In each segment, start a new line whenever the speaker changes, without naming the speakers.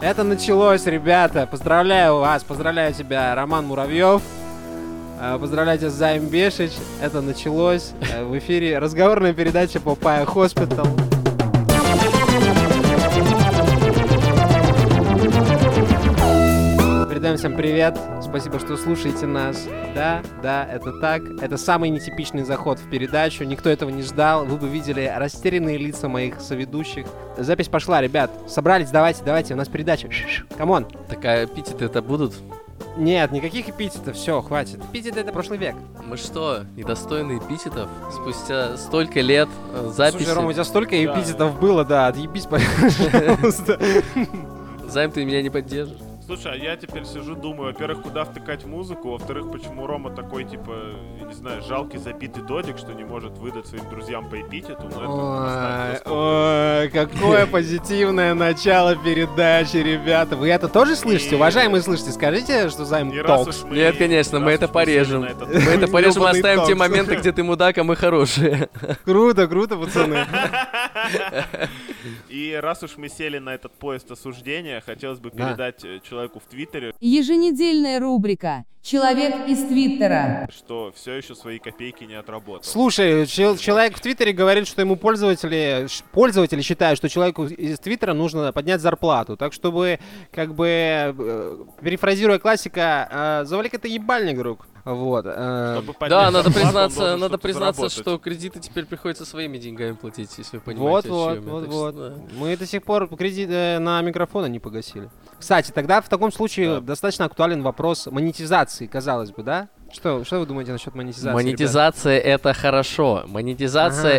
Это началось, ребята. Поздравляю вас, поздравляю тебя, Роман Муравьев. Э, Поздравляю тебя, Займ Бешич. Это началось. Э, В эфире разговорная передача по Пая Хоспитал. Передаем всем привет. Спасибо, что слушаете нас. Да, да, это так. Это самый нетипичный заход в передачу. Никто этого не ждал. Вы бы видели растерянные лица моих соведущих. Запись пошла, ребят. Собрались, давайте, давайте. У нас передача. Ш-ш-ш. Камон.
Так а эпитеты это будут?
Нет, никаких эпитетов. Все, хватит. Эпитеты — это прошлый век.
Мы что, недостойны эпитетов? Спустя столько лет э, записи...
Слушай, Рома, у тебя столько
Да.
эпитетов было, да, отъебись, пожалуйста.
Займ, ты меня не поддержишь?
Слушай, а я теперь сижу, думаю, во-первых, куда втыкать музыку, во-вторых, почему Рома такой, типа, я не знаю, жалкий забитый додик, что не может выдать своим друзьям по эпитету, но это
Ой,
знает Господь.
ой, какое позитивное начало передачи, ребята. Вы это тоже слышите?
И-
Уважаемые слышите, скажите, что за
Не
им
раз
толк.
уж мы-
Нет, конечно,
раз
мы
уж
это
сели
порежем.
на этот-
Мы это порежем и
Ёбаный
оставим те
токс.
моменты, где ты мудак, а мы хорошие.
Круто, круто, пацаны.
И раз уж мы сели на этот поезд осуждения, хотелось бы
Да.
передать э, человеку в Твиттере,
Еженедельная рубрика «Человек из Твиттера».
что все еще свои копейки не отработал.
Слушай, чел- человек в Твиттере говорит, что ему пользователи, ш- пользователи считают, что человеку из Твиттера нужно поднять зарплату. Так чтобы, как бы, э, перефразируя классика, э, завали это ебальник, друг. Вот. э,
Чтобы поднять
Да, надо
зарплату, он
признаться,
должен
надо
что-то
признаться,
заработать.
что кредиты теперь приходится своими деньгами платить, если вы
Вот,
понимаете, о
вот,
чём я.
вот,
Так что,
вот.
да.
Мы до сих пор кредит э, на микрофоны не погасили. Кстати, тогда в таком случае
Да.
достаточно актуален вопрос монетизации, казалось бы, да? Что, что вы думаете насчет монетизации? ребят?
Монетизация это хорошо. Монетизация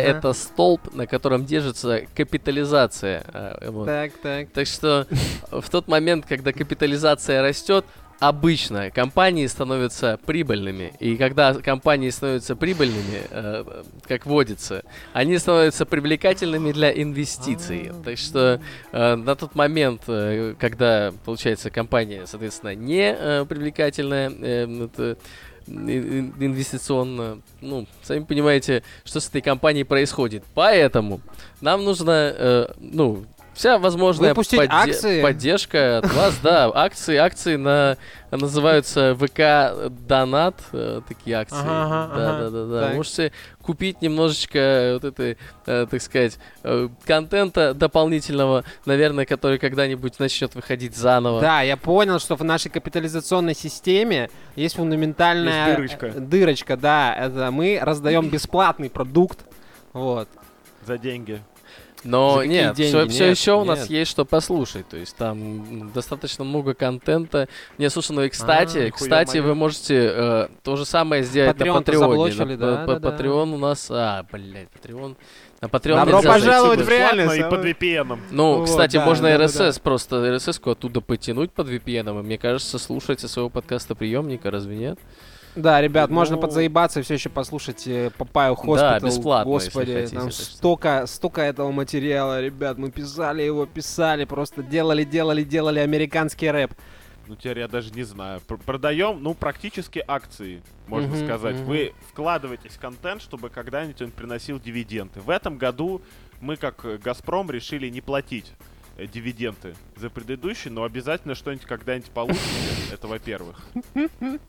Ага, ага.
это столб, на котором держится капитализация. А, вот.
Так, так.
Так что э, в тот момент, когда капитализация растет, обычно компании становятся прибыльными. И когда компании становятся прибыльными, э, как водится, они становятся привлекательными для инвестиций.
А.
Так что э, на тот момент, э, когда, получается, компания, соответственно, не э, привлекательная, э, это, ин- ин- инвестиционно, ну, сами понимаете, что с этой компанией происходит. Поэтому нам нужно, э, ну, вся возможная
Выпустить
подде-
акции?
поддержка от вас, да, акции, акции на называются ВК Донат, э, такие акции,
Ага, ага,
да,
ага.
да, да, да,
Так.
можете купить немножечко вот этой, э, так сказать, э, контента дополнительного, наверное, который когда-нибудь начнет выходить заново.
Да, я понял, что в нашей капитализационной системе есть фундаментальная
Есть дырочка.
э, дырочка, да. Это мы раздаем бесплатный продукт. Вот.
За деньги.
За
Но
какие
нет,
деньги?
все,
Нет,
еще у нас
нет.
есть что послушать. То есть там м, достаточно много контента. Не, слушай, ну и кстати,
А, нихуя
кстати,
моё.
вы можете э, то же самое сделать на
Патреон-то
Патреоне.
заблочили, да,
на, П-
да, да.
Патреон у нас. А, блядь, Патреон. На Патреон
Добро
нельзя зайти
пожаловать
будет.
в реальность,
Бесплатно
а
Типа, и под
вы-
VPN.
Ну,
Вот,
кстати,
да,
можно
да, да,
RSS, просто RSS -ку оттуда потянуть под VPN, и, мне кажется, слушать со своего подкаста приемника, разве нет?
Да, ребят, можно
Ну-
подзаебаться и все еще послушать э, Папаю Хоспитал.
бесплатно, если
Господи,
хотите,
там
так что-
столько, столько этого материала, ребят. Мы писали его, писали, просто делали, делали, делали американский рэп.
Ну, теперь я даже не знаю. Пр- продаем, ну, практически акции, можно
Мгм,
сказать.
мгм.
Вы вкладываетесь в контент, чтобы когда-нибудь он приносил дивиденды. В этом году мы, как э, «Газпром», решили не платить э, дивиденды за предыдущий, но обязательно что-нибудь когда-нибудь получите. Это во-первых.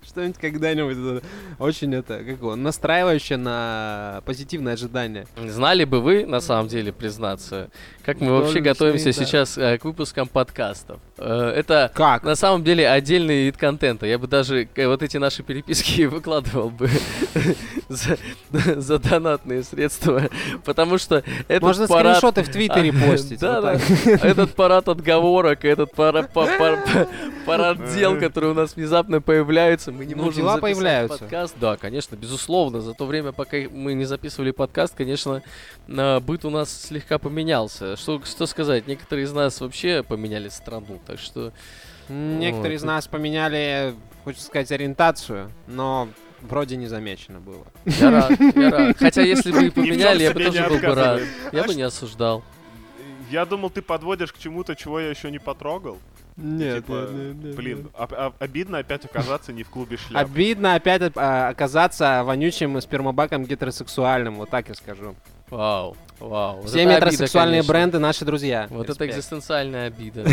Что-нибудь когда-нибудь. это- Очень это, как его, настраивающее на позитивное ожидание.
Знали бы вы, на самом деле, признаться, как мы вообще
Должны,
готовимся
да.
сейчас э, к выпускам подкастов. Э, это
Как?
На самом деле отдельный вид контента. Я бы даже э, вот эти наши переписки выкладывал бы за, за донатные средства, потому что это
Можно
парад...
скриншоты в Твиттере постить.
Да,
вот
да.
так.
А Этот парад отговорок, этот пара- па- пар- па- парад дел,
Э.
которые у нас внезапно появляются, мы не
Ну,
можем
дела
записать
появляются.
подкаст. Да, конечно, безусловно. За то время, пока мы не записывали подкаст, конечно, на- быт у нас слегка поменялся. Что, что сказать, некоторые из нас вообще поменяли страну, так что...
Некоторые из
Вот.
нас поменяли, хочется сказать, ориентацию, но вроде не замечено было.
Я рад, я рад. Хотя если бы и
Ни в чём
поменяли, я бы
себе
тоже
не
был бы рад.
отказываем.
Я бы не осуждал.
Я думал, ты подводишь к чему-то, чего я еще не потрогал.
Нет,
Типа, Блин, об- об- обидно опять оказаться не в клубе шляп.
Обидно опять а, э, оказаться вонючим спермобаком гетеросексуальным, вот так я скажу.
Вау. Вау. вот
Все
это обида,
метросексуальные
конечно.
бренды наши друзья.
Вот это
Респект.
экзистенциальная обида.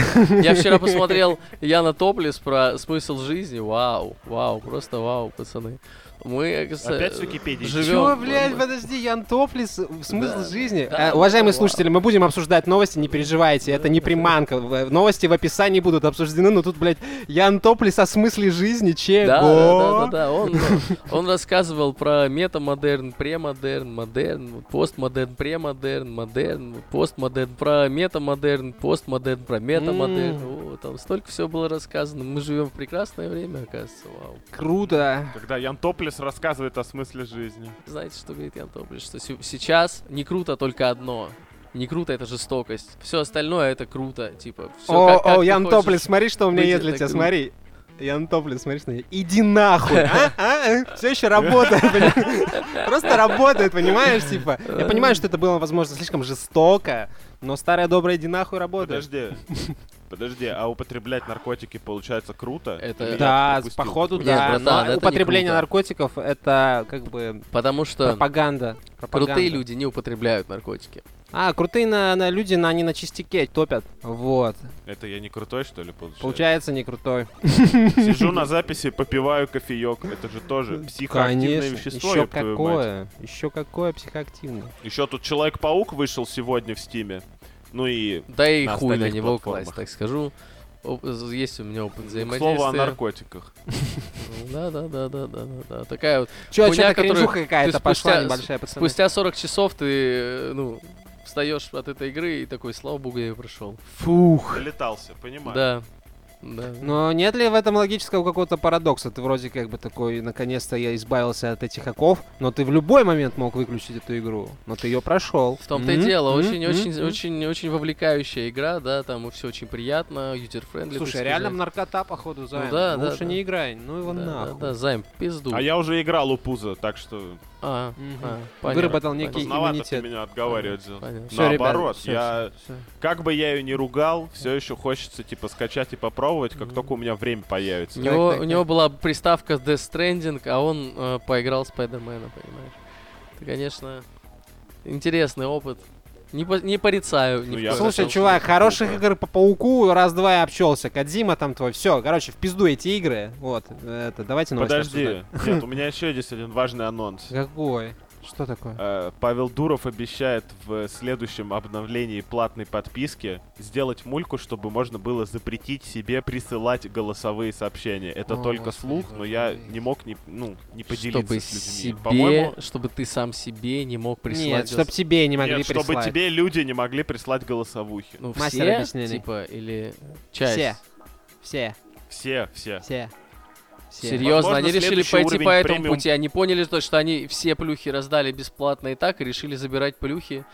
Я вчера посмотрел Яна Топлис про смысл жизни. Вау, вау, просто вау, пацаны. Мы, оказывается,
Опять с Википедией.
живем.
Чего, блядь, подожди, Ян Топлис, э, смысл
Да,
жизни.
да,
Э, Уважаемые
да,
слушатели, мы будем обсуждать новости, не переживайте, это не приманка. В- э, Новости в описании будут обсуждены, но тут, блядь, Ян Топлис о смысле жизни, чего?
Да, да, да, да, да. Он, он рассказывал про метамодерн, премодерн, модерн, постмодерн, премодерн, модерн, постмодерн, про метамодерн, постмодерн, про метамодерн. О, там столько всего было рассказано. Мы живем в прекрасное время, оказывается. Вау.
Круто.
Когда Ян Топлис рассказывает о смысле жизни.
Знаете, что говорит Ян Топлис? Что се- сейчас не круто только одно. Не круто это жестокость. Все остальное это круто. Типа, всё
О,
как- как
о,
ты
Ян
хочешь.
Топлис, смотри, что у меня
быть,
есть для
это
тебя,
круто.
смотри. Ян Топлис, смотри, что у меня. Иди нахуй, А, Все еще работает, понимаешь? Просто работает, понимаешь, типа. Я понимаю, что это было, возможно, слишком жестоко, но старая добрая иди нахуй работает.
Подожди. Подожди, а употреблять наркотики получается круто?
Это-
Или я
Да,
пропустил?
походу,
Нет,
да.
братан,
но
это не
употребление
круто.
наркотиков это как бы
Потому что
пропаганда. Пропаганда.
крутые люди не употребляют наркотики.
А, крутые на, на люди, на, они на чистяке топят. Вот.
Это я не крутой, что ли, получается?
Получается не крутой.
Сижу на записи, попиваю кофеек. Это же тоже психоактивное вещество,
Еще
ёб твою мать.
какое. Еще какое психоактивное.
Еще тут Человек-паук вышел сегодня в Стиме. Ну и
Да и
На
хуй на
остальных
него
платформах.
класть, так скажу. Оп- Есть у меня опыт
к
взаимодействия.
слову о наркотиках.
Да, да, да, да, да, да, да. Такая вот.
Че,
Хуйня,
че
которую
кринжуха какая-то
спустя-
пошла
с-
небольшая, пацаны.
Спустя 40 часов ты, э, ну, встаешь от этой игры и такой, слава богу, я ее прошел.
Фух.
Летался, понимаю.
Да. Да.
Но нет ли в этом логического какого-то парадокса? Ты вроде как бы такой, наконец-то я избавился от этих оков, но ты в любой момент мог выключить эту игру. Но ты ее прошел.
В том-то и дело, очень-очень-очень очень вовлекающая игра, да, там все очень приятно, юзер-френдли.
Слушай, реально наркота, походу, за.
Ну да, да,
Лучше
да.
не играй. Ну его
да, да,
нахуй.
да, займ, пизду.
А я уже играл у Пуза, так что
А,
Мгм.
а, понятно,
Выработал некий
понятно,
поздновато ты
иммунитет.
меня отговаривать. сделал.
понятно.
Всё, ребят,
Наоборот,
всё,
я
всё, всё.
как бы я ее не ругал, все еще хочется типа скачать и попробовать, как только у меня время
У
появится.
Не-
него,
так,
у
так.
него была приставка Death Stranding, а он э, поиграл Спайдермена, понимаешь? Это, конечно, интересный опыт. Не, по- не порицаю. ни
Ну,
в
я
коем
Слушай,
хотел
случае.
чувак,
сказать,
хороших
круто.
игр по пауку раз-два и обчелся. Кадзима там твой. Все, короче, в пизду эти игры. Вот, это, давайте новости
Подожди,
обсуждать.
нет, у меня еще есть один важный анонс.
Какой? Что такое?
Э, Павел Дуров обещает в следующем обновлении платной подписки сделать мульку, чтобы можно было запретить себе присылать голосовые сообщения. Это
О,
только
господи,
слух, но я
господи.
не мог не, ну, не поделиться
чтобы
с людьми.
себе,
По-моему,
чтобы ты сам себе не мог присылать.
Нет,
гос-
чтобы тебе не могли
нет, чтобы
прислать.
тебе люди не могли прислать голосовухи.
ну,
мастер
все,
объяснений.
типа, или часть.
Все. Все,
Все,
все,
все.
все.
Серьезно,
Возможно,
они решили
следующий
пойти
уровень
по этому
премиум.
пути. Они поняли, то, что они все плюхи раздали бесплатно и так, и решили забирать плюхи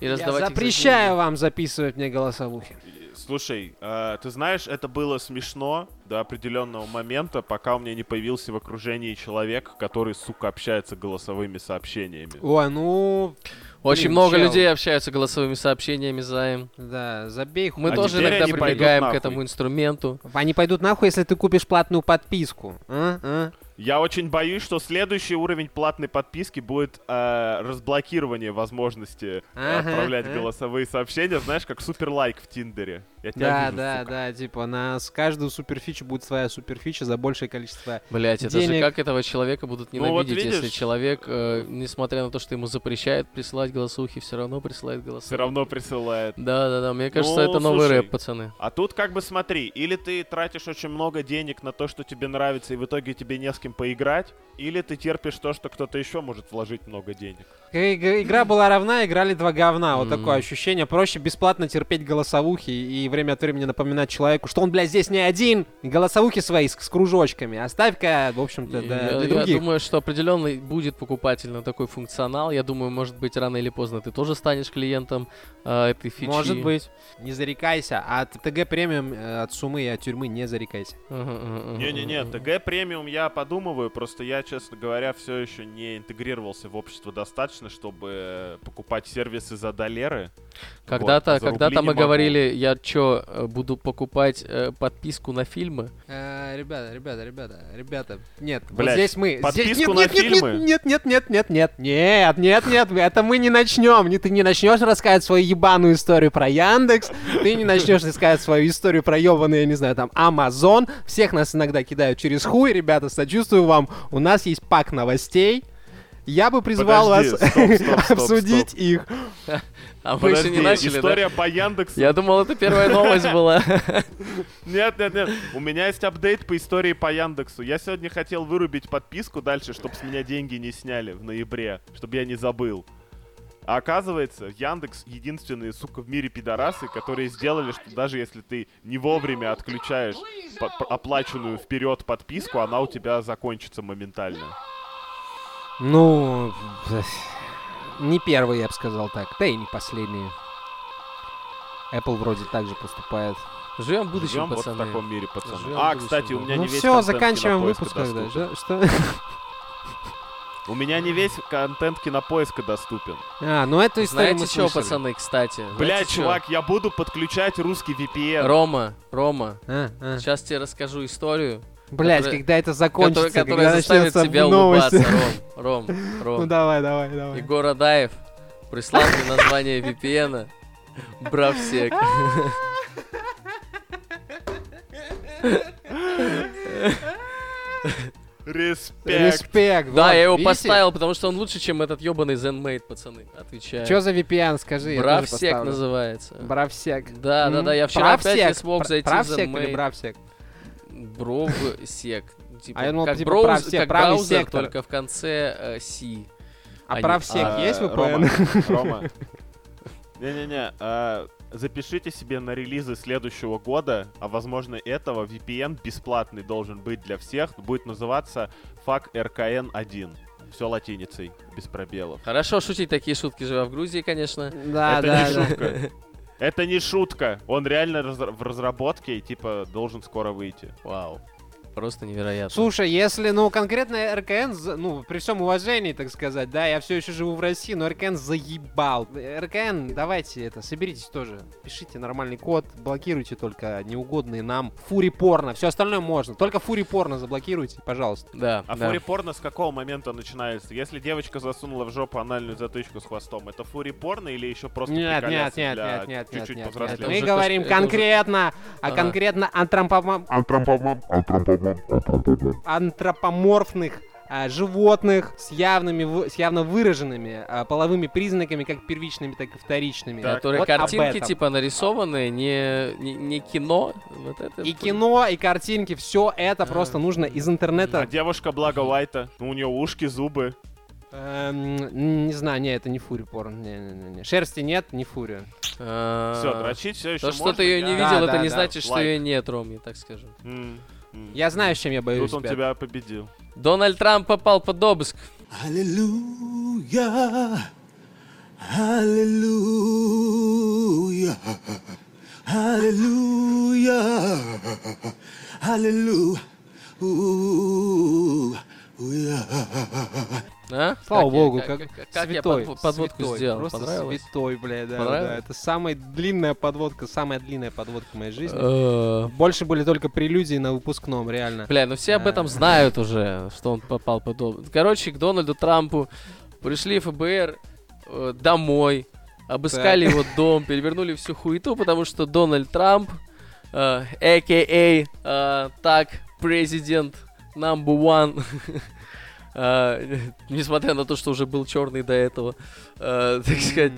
и
Я
раздавать их за
запрещаю вам записывать мне голосовухи.
Слушай, э, ты знаешь, это было смешно до определенного момента, пока у меня не появился в окружении человек, который, сука, общается голосовыми сообщениями.
Ой, ну,
деньги. Очень
Блин,
много
чел.
людей общаются голосовыми сообщениями займ.
да, забей хуй.
Мы
А
тоже
теперь
иногда
они пойдут
прибегаем к
нахуй.
этому инструменту.
Они пойдут нахуй, если ты купишь платную подписку. А? А?
Я очень боюсь, что следующий уровень платной подписки будет э, разблокирование возможности
Ага,
э, отправлять
ага.
голосовые сообщения, знаешь, как суперлайк в Тиндере. Я тебя
Да,
вижу,
да,
сука.
да, типа на с каждую суперфичу будет своя суперфича за большее количество.
Блять, это же
Денег.
как этого человека будут
Ну вот
ненавидеть, если
видишь.
человек, э, несмотря на то, что ему запрещают присылать голосухи, все равно присылает голосухи.
Все равно присылает.
Да, да, да. Мне кажется,
Ну,
это новый
слушай.
рэп, пацаны.
А тут как бы смотри, или ты тратишь очень много денег на то, что тебе нравится, и в итоге тебе не с кем поиграть, или ты терпишь то, что кто-то еще может вложить много денег.
Э, иг- Игра была равна, играли два говна. Вот
Мгм.
такое ощущение. Проще бесплатно терпеть голосовухи и время от времени напоминать человеку, что он, блядь, здесь не один. И голосовухи свои с, с кружочками. Оставь-ка, в общем-то, да,
я,
для
я
других.
думаю, что определенно будет покупатель на такой функционал. Я думаю, может быть, рано или поздно ты тоже станешь клиентом э, этой фичи.
Может быть. Не зарекайся. А От ТГ премиум, э, от сумы и от тюрьмы не зарекайся.
Мгм, мгм, мгм,
Не-не-не,
мгм.
ТГ премиум я подумываю, просто я, честно говоря, все еще не интегрировался в общество достаточно, чтобы э, покупать сервисы за доллары.
Когда-то,
Вот, за
когда-то
рубли
мы
не могу.
говорили, я чё, э, буду покупать э, подписку на фильмы?
Э, ребята, ребята, ребята, ребята. Нет, вот
Блядь,
здесь мы.
подписку
здесь... Нет,
на
нет, нет,
фильмы?
Нет, нет, нет, нет, нет, нет, нет, нет, нет, это мы не начнем. Не, ты не начнешь рассказывать свою ебаную историю про Яндекс, ты не начнешь рассказывать свою историю про ебаный, я не знаю, там, Амазон. Всех нас иногда кидают через хуй, ребята, сочувствую вам. У нас есть пак новостей. Я бы призвал
Подожди,
вас
стоп, стоп, стоп,
обсудить
стоп.
их.
А мы еще
Подожди,
не начали, да?
история по Яндексу.
Я думал, это первая новость была.
Нет, нет, нет. У меня есть апдейт по истории по Яндексу. Я сегодня хотел вырубить подписку дальше, чтобы с меня деньги не сняли в ноябре, чтобы я не забыл. А оказывается, Яндекс единственные, сука, в мире пидорасы, которые сделали, что даже если ты не вовремя отключаешь по- по- оплаченную вперед подписку, она у тебя закончится моментально.
Ну, не первый, я бы сказал так. Да и не последний. Apple вроде так же поступает.
Живем в будущем,
Живем вот в
пацаны.
таком мире, пацаны.
Живем
а,
в будущем,
кстати, у
да.
меня
ну
не весь
все,
контент
заканчиваем
Кинопоиска
выпуск тогда.
доступен.
да? Что?
У меня не весь контент кинопоиска доступен.
А, ну эту историю
Знаете
мы
что,
слышали.
пацаны, кстати? Знаете
Бля,
чё?
чувак, я буду подключать русский VPN.
Рома, Рома,
А, а.
сейчас тебе расскажу историю,
Блядь,
которая-
когда это
которая,
закончится,
которая
когда
заставит
начнется
тебя
новости.
улыбаться. Ром, Ром,
Ну
Ром.
давай, давай, давай.
Егор Адаев прислал мне название VPN. Бравсек.
Респект.
Респект.
Да, я его поставил, потому что он лучше, чем этот ебаный ZenMate, пацаны. Отвечаю.
Что за VPN, скажи, я тоже
Бравсек
поставлю.
называется.
Бравсек.
Да, да,
М,
да, я вчера опять не
правсек?
смог
Пр-
зайти в
Правсек
ZenMate.
или бравсек?
Бровсек. Типа,
А я думал,
как,
типа,
броуз-
правсек,
как
правый
браузер,
сектор.
только в конце э, C.
А
Они-
правсек
А,
есть
Рома,
VPN?
Рома. Не-не-не, а, запишите себе на релизы следующего года, а возможно этого, VPN бесплатный должен быть для всех, будет называться FAC RKN 1. Все латиницей, без пробелов.
Хорошо шутить такие шутки, живя в Грузии, конечно.
Да,
Это
да,
не
да.
шутка. Это не шутка. Он реально разра- в разработке и типа должен скоро выйти.
Вау. Просто невероятно.
Слушай, если, ну, конкретно РКН, за- ну, при всем уважении, так сказать, да, я все еще живу в России, но РКН заебал. РКН, давайте это, соберитесь тоже, пишите нормальный код, блокируйте только неугодные нам фури порно, все остальное можно, только фури порно заблокируйте, пожалуйста.
Да,
А
да.
фури порно с какого момента начинается? Если девочка засунула в жопу анальную затычку с хвостом, это фури порно или еще просто
Нет, нет,
приколясы
нет,
для
нет, нет, нет,
чуть-чуть
нет, нет.
повзрослее?
Мы
уже
говорим
кош- это уже-
конкретно, а
Ага.
конкретно антропомом-
Antropomorph. Antropomorph. Antropomorph.
антропоморфных а, животных с, явными, вы- с явно выраженными а, половыми признаками, как первичными, так и вторичными.
Которые
Вот об
Э, картинки
этом.
типа нарисованные, не, не, не кино. Вот это
И кино, и картинки, все это
А.
просто нужно из
А
интернета.
девушка Блага Уайта, ну, у нее ушки, зубы.
Эм, Не знаю, не, это не фури порн. Не, не, не, не. Шерсти нет, не фури. А,
Все,
Все,
дрочить все еще
А, То, что ты ее не
Да,
видел,
да,
это не
да,
значит, что
лайк.
ее нет, Ром, я так скажу.
видел.
Я знаю, с чем я боюсь.
Тут он
ребят.
тебя победил.
Дональд Трамп попал под обыск.
Hallelujah. Hallelujah. Hallelujah. Hallelujah. Ooh, yeah.
А?
Слава
я-
богу, как,
как я
святой,
подво- подводку
святой,
сделал?
Просто
Понравилось?
святой, блядь, да,
Понравилось?
да. Это самая длинная подводка, самая длинная подводка в моей жизни.
Э,
Больше были только прелюдии на выпускном, реально.
Бля, ну все об этом знают уже, что он попал под обыск. Короче, к Дональду Трампу пришли ФБР э, домой, обыскали его дом, перевернули всю хуету, потому что Дональд Трамп, э, a.k.a. э, так, президент number one, э, несмотря на то, что уже был черный до этого, э, так сказать,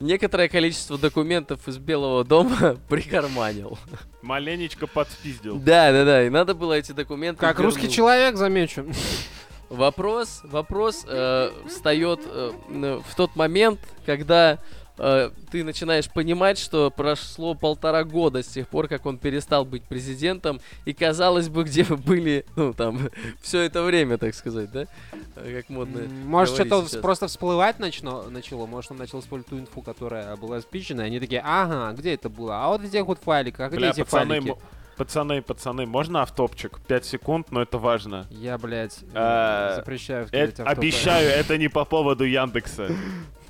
некоторое количество документов из Белого дома прикарманил.
Маленечко подпиздил.
Да, да, да, и надо было эти документы...
Как русский
вернуть.
человек, замечу.
Вопрос, вопрос э, встает э, н- в тот момент, когда э, ты начинаешь понимать, что прошло полтора года с тех пор, как он перестал быть президентом, и казалось бы, где вы были, ну там, все это время, так сказать, да? Э, Как модно.
М, Может,
говорить
что-то вс-
сейчас.
просто всплывать начало, начало, может, он начал использовать ту инфу, которая была спичена, и они такие, ага, где это было? А вот в тех вот файликах, а где
Бля,
эти
пацаны,
файлики?
м- пацаны, пацаны, можно автопчик? 5 секунд, но это важно.
Я, блядь, э,
А,
запрещаю
Э,
втыкать автопэ.
Обещаю, это не по поводу Яндекса,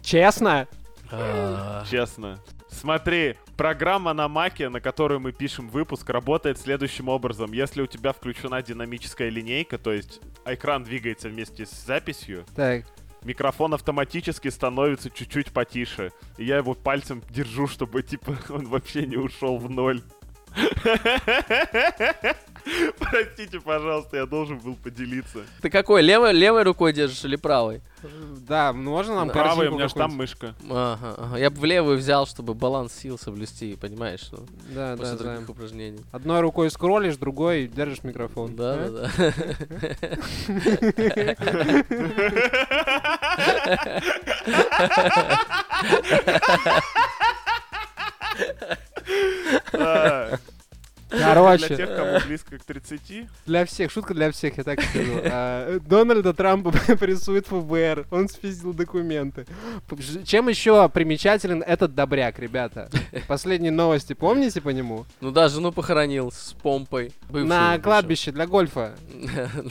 Честно?
А,
честно. Смотри, программа на Маке, на которую мы пишем выпуск, работает следующим образом. Если у тебя включена динамическая линейка, то есть экран двигается вместе с записью,
Так.
микрофон автоматически становится чуть-чуть потише. И я его пальцем держу, чтобы, типа, он вообще не ушел в ноль. Простите, пожалуйста, я должен был поделиться.
Ты какой, левой, левой рукой держишь или правой?
Да, можно нам
Правая,
картинку
у меня же там
какую-нибудь?
мышка.
Ага, ага. Я бы в левую взял, чтобы баланс сил соблюсти, понимаешь? Ну,
Да,
после
да, да.
других упражнений.
Одной рукой скроллишь, другой держишь микрофон.
Да,
А?
да, да.
А, Для тех,
Короче,
кому
э,
близко к 30.
для всех, шутка для всех, я так скажу. А, Дональда Трампа прессует ФБР, он спиздил документы. П- ж- Чем еще примечателен этот добряк, ребята? Последние новости помните по нему?
Ну да, жену похоронил с помпой. Бывшую
На
причем.
кладбище для гольфа.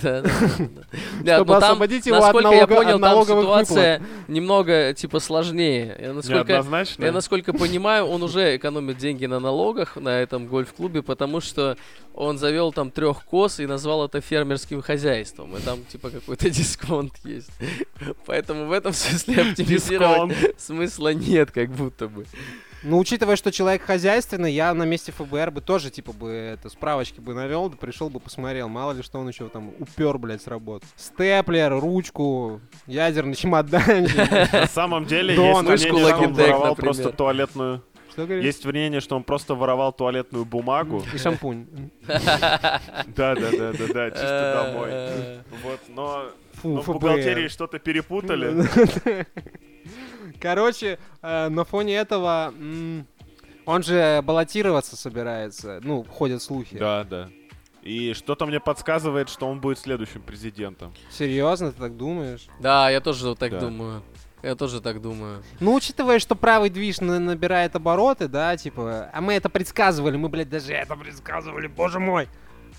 Да, да, да, да. Да,
Чтобы
ну там,
освободить его от
Насколько я
налога-
понял,
от
там
налоговых
ситуация немного, типа, сложнее. Я насколько...
Неоднозначно.
Я насколько понимаю, он уже экономит деньги на налогах на этом гольф-клубе, потому что он завел там трех коз и назвал это фермерским хозяйством. И там типа какой-то дисконт есть. Поэтому в этом смысле оптимизировать смысла нет, как будто бы.
Ну, учитывая, что человек хозяйственный, я на месте ФБР бы тоже, типа, бы это, справочки бы навел, да пришел бы, посмотрел. Мало ли, что он еще там упер, блядь, с работы. Степлер, ручку, ядерный чемоданчик.
На самом деле,
Да,
есть
он
мнение,
вышку
что
Logitech,
он воровал
например.
просто туалетную...
Что говоришь?
Есть мнение, что он просто воровал туалетную бумагу.
И шампунь.
Да, да, да, да, да, чисто домой.
Э,
Вот, но...
Фу,
но в
Ну, ФБР.
бухгалтерии что-то перепутали.
Короче, э, на фоне этого м, он же баллотироваться собирается. Ну, ходят слухи.
Да, да. И что-то мне подсказывает, что он будет следующим президентом.
Серьезно, ты так думаешь?
Да, я тоже вот так
Да.
думаю. Я тоже так думаю.
Ну, учитывая, что правый движ на- набирает обороты, да, типа, а мы это предсказывали, мы, блядь, даже это предсказывали, боже мой.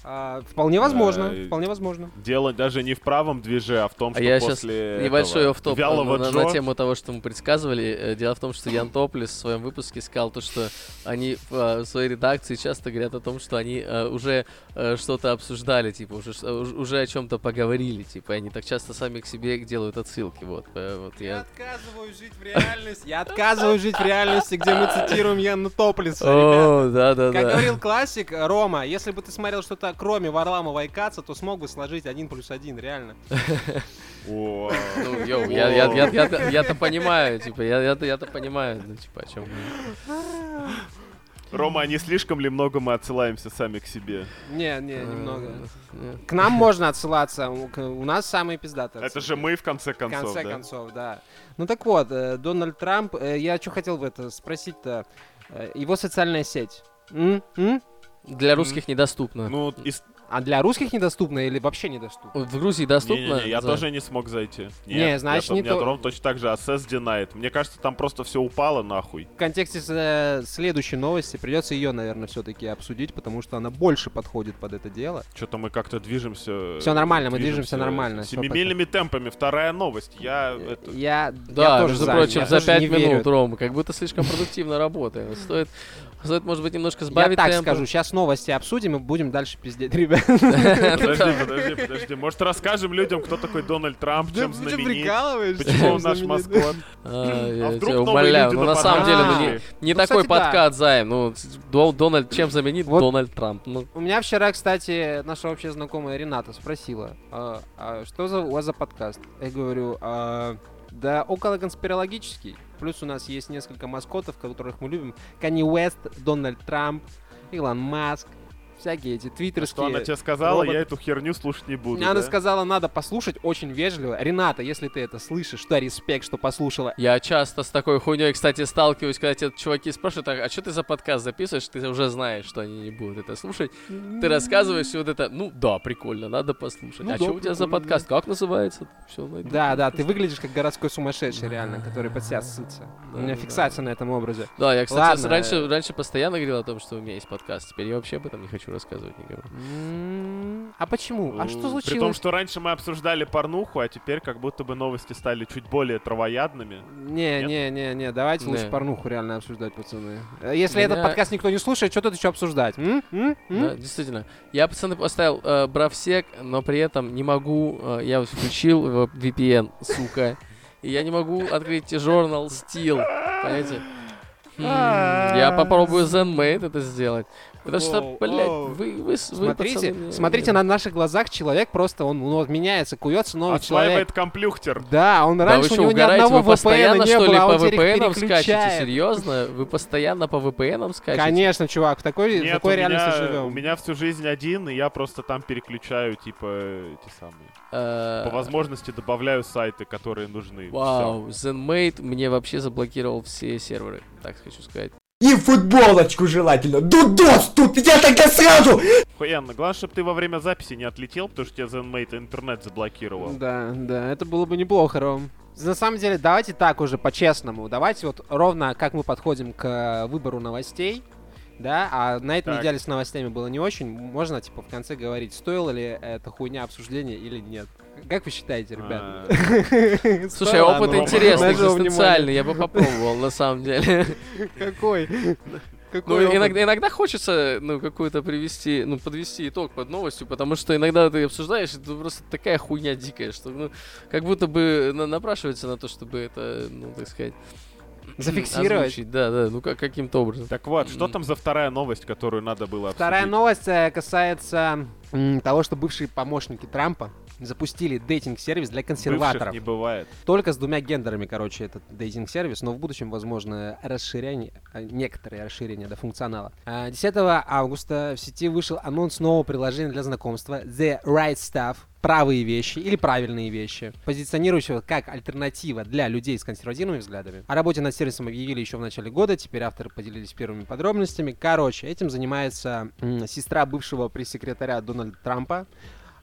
А, вполне возможно,
и-
вполне возможно.
Дело даже не в правом движе, а в том,
А
что
я сейчас
после
небольшой
этого
офф-топ
вялого
на, на-
Джо
на тему того, что мы предсказывали. Э, Дело в том, что Ян Топлис в своем выпуске сказал то, что они э, в своей редакции часто говорят о том, что они э, уже э, что-то обсуждали, типа уже ш- уж- уже о чем-то поговорили, типа и они так часто сами к себе делают отсылки, вот. э, вот я.
отказываюсь жить в реальности. Я отказываюсь жить в реальности, где мы цитируем Яна Топлиса, ребята.
О, да, да,
Как
да.
говорил классик, э, Рома, если бы ты смотрел что-то кроме Варламова и Каца, то смог бы сложить один плюс один, реально.
О,
Ну, йоу, я- я- я- я- Я-то понимаю, типа, я- я-то я-то понимаю, ну, типа, о чем.
Рома, а не слишком ли много мы отсылаемся сами к себе?
Не, не,
Э,
немного. К нам можно отсылаться, у к- у нас самые пиздатые.
Это же мы, в конце
В
концов,
конце
да?
концов, да. Ну так вот, э, Дональд Трамп, э, я что хотел бы это спросить-то, Э, его социальная сеть. М? М?
Для русских недоступно.
Ну, из-
А для русских недоступна или вообще недоступна?
В Грузии доступно?
Не-не-не, я
Да.
тоже не смог зайти.
Не, значит,
я,
не
у меня
то.
ровно точно так же Assess Denied. Мне кажется, там просто все упало нахуй.
В контексте с- э, следующей новости придется ее, наверное, все-таки обсудить, потому что она больше подходит под это дело.
Что-то мы как-то движемся...
Всё нормально, мы движемся нормально, всё Э,
Семимильными темпами. Вторая новость. Я... это,
Я,
Да,
я тоже
между
за,
прочим,
я
за
тоже
5
не
минут,
верю.
Ром, как будто слишком продуктивно работаем. Стоит, стоит, может быть, немножко
Я
сбавить
так
темп.
скажу, сейчас новости обсудим и будем дальше пиздеть, ребят.
Подожди, подожди, подожди. Может, расскажем людям, кто такой Дональд Трамп, чем знаменит? Почему он наш маскот?
А,
А
я
вдруг
тебя
новые
умоляю,
люди
ну на самом деле,
нападут?
ну, не, не
Ну,
такой
кстати, да.
подкат, Займ. Ну, с- Дон- Дональд, чем заменит
Вот.
Дональд Трамп? Ну,
У меня вчера, кстати, наша общая знакомая Рената спросила, «А, а что за у вас за подкаст? Я говорю, «А, да около конспирологический. Плюс у нас есть несколько маскотов, которых мы любим. Канни Уэст, Дональд Трамп, Илон Маск, всякие эти
А Что
твиттерские.
она тебе сказала,
роботы.
я эту херню слушать не буду.
Она
да?
сказала, надо послушать очень вежливо. Рената, если ты это слышишь, да, респект, что послушала.
я часто с такой хуйней, кстати, сталкиваюсь, когда тебя чуваки спрашивают, «Так, а что ты за подкаст записываешь? Ты уже знаешь, что они не будут это слушать. Ты рассказываешь и вот это, ну да, прикольно, надо послушать.
Ну
а
да,
что у тебя за
прикольно, да.
подкаст? Как называется? Все,
Да, да, ты выглядишь как городской сумасшедший, реально, который под себя ссытся. У меня
Да-да-да.
фиксация на этом образе.
Да, я, кстати,
Ладно.
раньше, раньше постоянно говорил о том, что у меня есть подкаст, теперь я вообще об этом не хочу рассказывать никому.
М, А почему? А что
Э, При том,
случилось?
что раньше мы обсуждали порнуху, а теперь как будто бы новости стали чуть более травоядными.
Не,
Нет?
не, не, не, давайте лучше
Не.
порнуху реально обсуждать, пацаны. Э, Если
Меня-
этот подкаст никто не слушает, что тут еще обсуждать? М? М? М?
Да, действительно. Я, пацаны, поставил э, бравсек, но при этом не могу... э, я вот включил его VPN, сука. И я не могу открыть журнал Steel. Понимаете? М, Я попробую ZenMate это сделать. Потому что,
Воу,
блядь,
воу.
вы, вы, с- вы,
Смотрите,
пацаны, мне-
смотрите, на наших глазах человек просто, он ну, вот меняется, куется новый человек.
Отслаивает комплюхтер.
Да, он
А Да вы
раньше
что,
у него ни
угораете?
одного
Вы постоянно,
VPN не
что ли,
было, а
по
он теперь их
VPN скачете?
переключает.
Серьезно? Вы постоянно по VPN скачете?
Конечно, чувак, в такой, в
Нет,
такой
у меня,
реальности живем.
у меня всю жизнь один, и я просто там переключаю, типа, эти самые.
Э,
По возможности добавляю сайты, которые нужны.
Вау, ZenMate мне вообще заблокировал все серверы, так хочу сказать.
И футболочку желательно. Дудос тут, я тогда сразу
Всё. Охуенно. Главное, чтобы ты во время записи не отлетел, потому что тебя ZenMate интернет заблокировал.
Да, да, это было бы неплохо, Ром. На самом деле, давайте так уже по-честному. Давайте вот ровно как мы подходим к э, выбору новостей. Да, а на этой
Так.
неделе с новостями было не очень. Можно, типа, в конце говорить, стоила ли эта хуйня обсуждения или нет. Как вы считаете, ребят?
А,
Слушай, а
Стоила
опыт
она
интересный,
нашего внимания?
экзистенциальный, я бы попробовал, на самом деле.
Какой?
Ну,
Какой опыт?
иногда, иногда хочется, ну, какую-то привести, ну, подвести итог под новостью, потому что иногда ты обсуждаешь, и это просто такая хуйня дикая, что, ну, как будто бы на- напрашивается на то, чтобы это, ну, так сказать...
Зафиксировать.
озвучить. Да, да, ну, как, каким-то образом.
Так вот, что
М.
там за вторая новость, которую надо было обсудить?
Вторая новость э, касается м, того, что бывшие помощники Трампа запустили дейтинг-сервис для
Бывших
консерваторов.
не бывает.
Только с двумя гендерами, короче, этот дейтинг-сервис, но в будущем, возможно, расширение, э, некоторые расширения до функционала. А, 10 августа в сети вышел анонс нового приложения для знакомства The Right Stuff, правые вещи или правильные вещи, позиционирующего как альтернатива для людей с консервативными взглядами. О работе над сервисом объявили еще в начале года, теперь авторы поделились первыми подробностями. Короче, этим занимается м, сестра бывшего пресс-секретаря Дональда Трампа,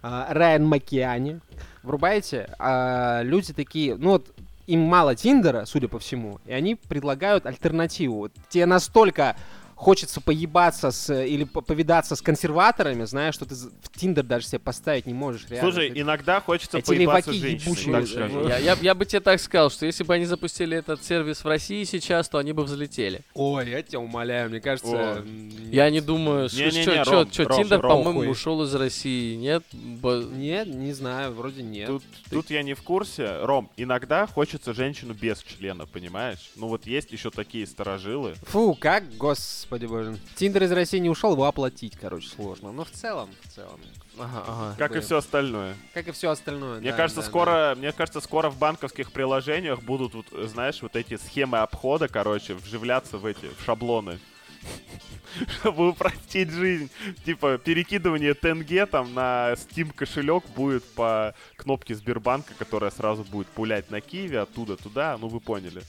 а, Райан Макиани. Врубаете? А, люди такие, ну вот им мало Тиндера, судя по всему, и они предлагают альтернативу. Вот Тебе настолько хочется поебаться с или по- повидаться с консерваторами, знаешь, что ты з- в Тиндер даже себе поставить не можешь. Реально.
Слушай,
Ты-
иногда хочется
Эти
поебаться с
леваки
женщиной,
ебучие,
так
да.
скажу.
Я, я б- я бы тебе так сказал, что если бы они запустили этот сервис в России сейчас, то они бы взлетели.
Ой, я тебя умоляю, мне
О.
кажется... м,
Я не думаю, что
Не-не-не,
чё- чё-
Ром,
чё,
Ром,
Тиндер,
Ром,
по-моему,
хуй.
ушел из России, нет? Бо-
Нет, не знаю, вроде нет.
Тут, тут я не в курсе. Ром, иногда хочется женщину без члена, понимаешь? Ну вот есть еще такие старожилы.
Фу, как, господи боже. Тиндер из России не ушел, его оплатить, короче, сложно. Но в целом, в целом.
Ага, ага.
Как и
Блин.
все остальное.
Как и все остальное.
Мне
да,
кажется,
да, да.
скоро, мне кажется, скоро в банковских приложениях будут, вот, э, знаешь, вот эти схемы обхода, короче, вживляться в эти в шаблоны, чтобы упростить жизнь. Типа перекидывание тенге там на Steam кошелек будет по кнопке Сбербанка, которая сразу будет пулять на Киеве оттуда туда. Ну вы поняли.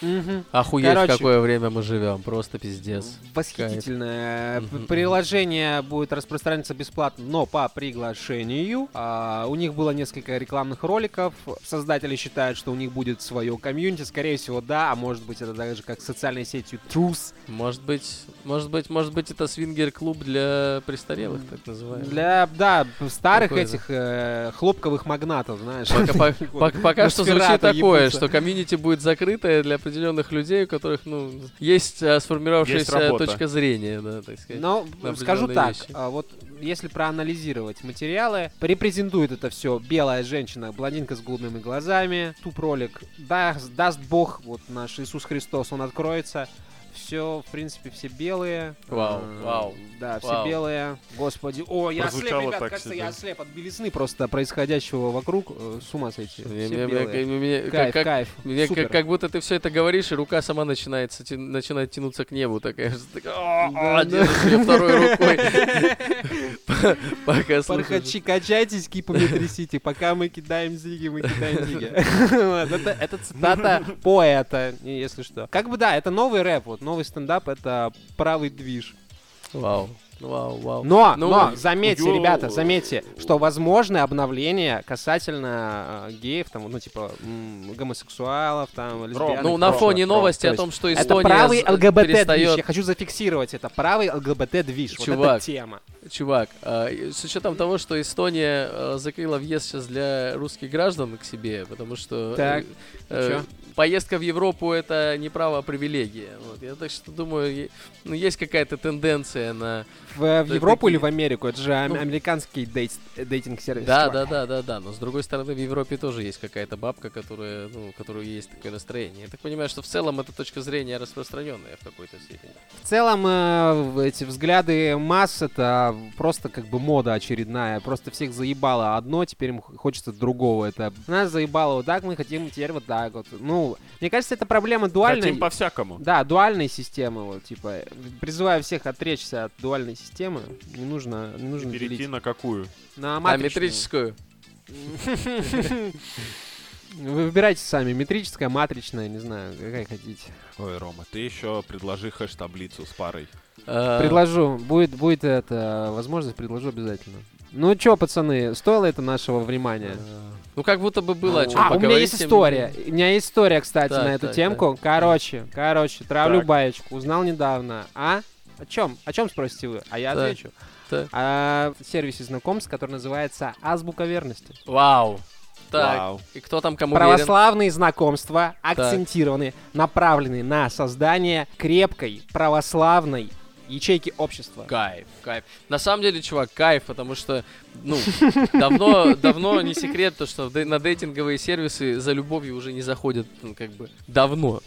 Мгм.
Охуеть,
Короче.
в какое время мы живем, просто пиздец.
Восхитительное
Кайф.
п-
Мгм.
приложение будет распространяться бесплатно, но по приглашению. А, у них было несколько рекламных роликов. Создатели считают, что у них будет свое комьюнити. Скорее всего, да, а может быть, это даже как с социальной сетью Truth.
Может быть, может быть, может быть, это свингер-клуб для престарелых, так называемых.
Для, да, старых
Такое, да.
этих э, хлопковых магнатов, знаешь.
Пока, по- по- пока что звучит
Носферату
такое,
ебутся.
что комьюнити будет закрытое для определенных людей, у которых, ну, есть э,
Есть
сформировавшаяся
работа.
точка зрения, да, так сказать.
Но
на
скажу
определенные
так,
вещи.
а, вот если проанализировать материалы, репрезентует это все белая женщина, блондинка с голубыми глазами, туп ролик, да, даст бог, вот наш Иисус Христос, он откроется. Все, в принципе, все белые.
Вау,
Э,
вау,
Да, все
вау.
белые. Господи, о, я ослеп,
Прозвучало
ребят,
так
кажется,
себе.
я ослеп от белизны просто происходящего вокруг. Э, С ума сойти.
Мне-
Все
мне- мне-
белые.
мне- как-
Кайф,
как-
кайф.
Мне
Супер.
как, как будто ты все это говоришь, и рука сама начинает, начинает тянуться к небу. Такая же такая, «А,
Да,
держишь её второй рукой. Пока слушаешь.
Пархачи, качайтесь, кипами трясите, пока мы кидаем зиги, мы кидаем зиги. Вот, Это это цитата поэта, не- если что. Как бы да, это новый рэп, вот новый стендап, это правый движ.
Вау. Вау, вау.
Но,
Ну,
но, заметьте,
ё-
ребята, заметьте, что возможны обновления касательно э, геев, там, ну, типа, м, гомосексуалов, там, лесбиянок.
Ну, на
прочего.
фоне новости
То
о
есть
том, что
Это
Эстония
правый
з-
ЛГБТ-движ, я
перестает...
хочу зафиксировать это, правый ЛГБТ-движ, вот это
Чувак.
тема.
Чувак, а, и с учетом того, что Эстония э, закрыла въезд сейчас для русских граждан к себе, потому что э,
Так, и
э,
чё?
поездка в Европу это не право, а привилегия. Вот, я так что думаю, е- ну, есть какая-то тенденция на
В, в
Да,
Европу
такие-
или в Америку? Это же ам-
Ну.
американский дейт- дейтинг-сервис.
Да,
чувак.
типа.
да, да, да, да. Но с другой стороны, в Европе тоже есть какая-то бабка, которая, ну, у которой есть такое настроение. Я так понимаю, что в целом эта точка зрения распространенная в какой-то степени.
В целом, э, в- эти взгляды масс — это просто как бы мода очередная. Просто всех заебало одно, теперь им х- хочется другого. Это нас заебало вот так, мы хотим теперь вот так вот. Ну, мне кажется, это проблема дуальной...
Хотим по-всякому.
Да, дуальной системы, вот, типа, призываю всех отречься от дуальной системы, не нужно, не нужно
Перейти
делить.
на какую?
На
А
матричную.
метрическую?
Вы выбирайте сами, метрическая, матричная, не знаю, какая хотите.
Ой, Рома, ты еще предложи хэш-таблицу с парой.
А,
Предложу, будет, будет это возможность, предложу обязательно. Ну чё, пацаны, стоило это нашего внимания?
Ну, как будто бы было о чем
А, у меня есть история. У меня есть история, кстати,
Так,
на эту
так,
темку. Короче, короче, травлю
Так.
баечку. Узнал недавно. А? О чем? О чем спросите вы? А я
Так,
отвечу.
так.
О сервисе знакомств, который называется Азбука верности.
Вау. Так,
Вау.
и кто там кому верен?
Православные знакомства акцентированы, направлены на создание крепкой православной ячейки общества.
Кайф, кайф. На самом деле, чувак, кайф, потому что, ну, давно, давно не секрет то, что дей- на дейтинговые сервисы за любовью уже не заходят, ну, как бы, давно.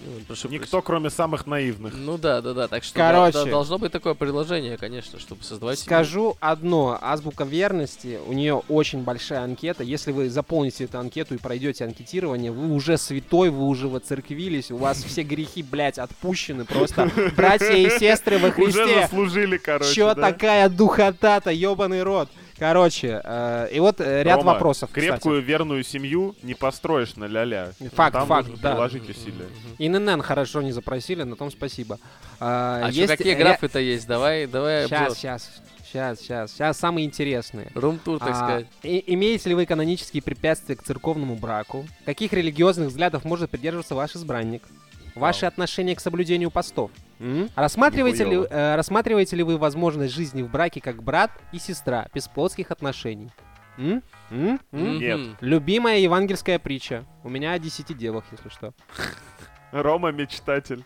Ну, прошу
Никто, кроме самых наивных.
Ну да, да, да. Так что
Короче.
да, да, должно быть такое предложение, конечно, чтобы создавать. семью.
Скажу одно, азбука верности, у нее очень большая анкета. Если вы заполните эту анкету и пройдете анкетирование, вы уже святой, вы уже воцерквились, у вас все грехи, блядь, отпущены просто. Братья и сестры во
Уже
Христе.
заслужили, короче.
Чё
да?
такая духота-то, ёбаный рот. Короче, э, и вот э, ряд
Рома,
вопросов, кстати.
Крепкую верную семью не построишь на ля-ля.
Факт,
Там
факт,
нужно
да.
приложить усилия.
И ННН хорошо не запросили, на том спасибо. Э,
А чё, какие графы-то есть? Давай, давай.
Сейчас, сейчас, сейчас, сейчас, сейчас самые интересные.
Рум-тур, так
А,
сказать.
и- имеете ли вы канонические препятствия к церковному браку? Каких религиозных взглядов может придерживаться ваш избранник? Ваши отношения к соблюдению постов? М? Рассматриваете ли,
Нихуёво.
э, рассматриваете ли вы возможность жизни в браке как брат и сестра, без плотских отношений? М? М? М?
Мгм.
нет.
Любимая евангельская притча. У меня о десяти девах, если что.
Рома мечтатель.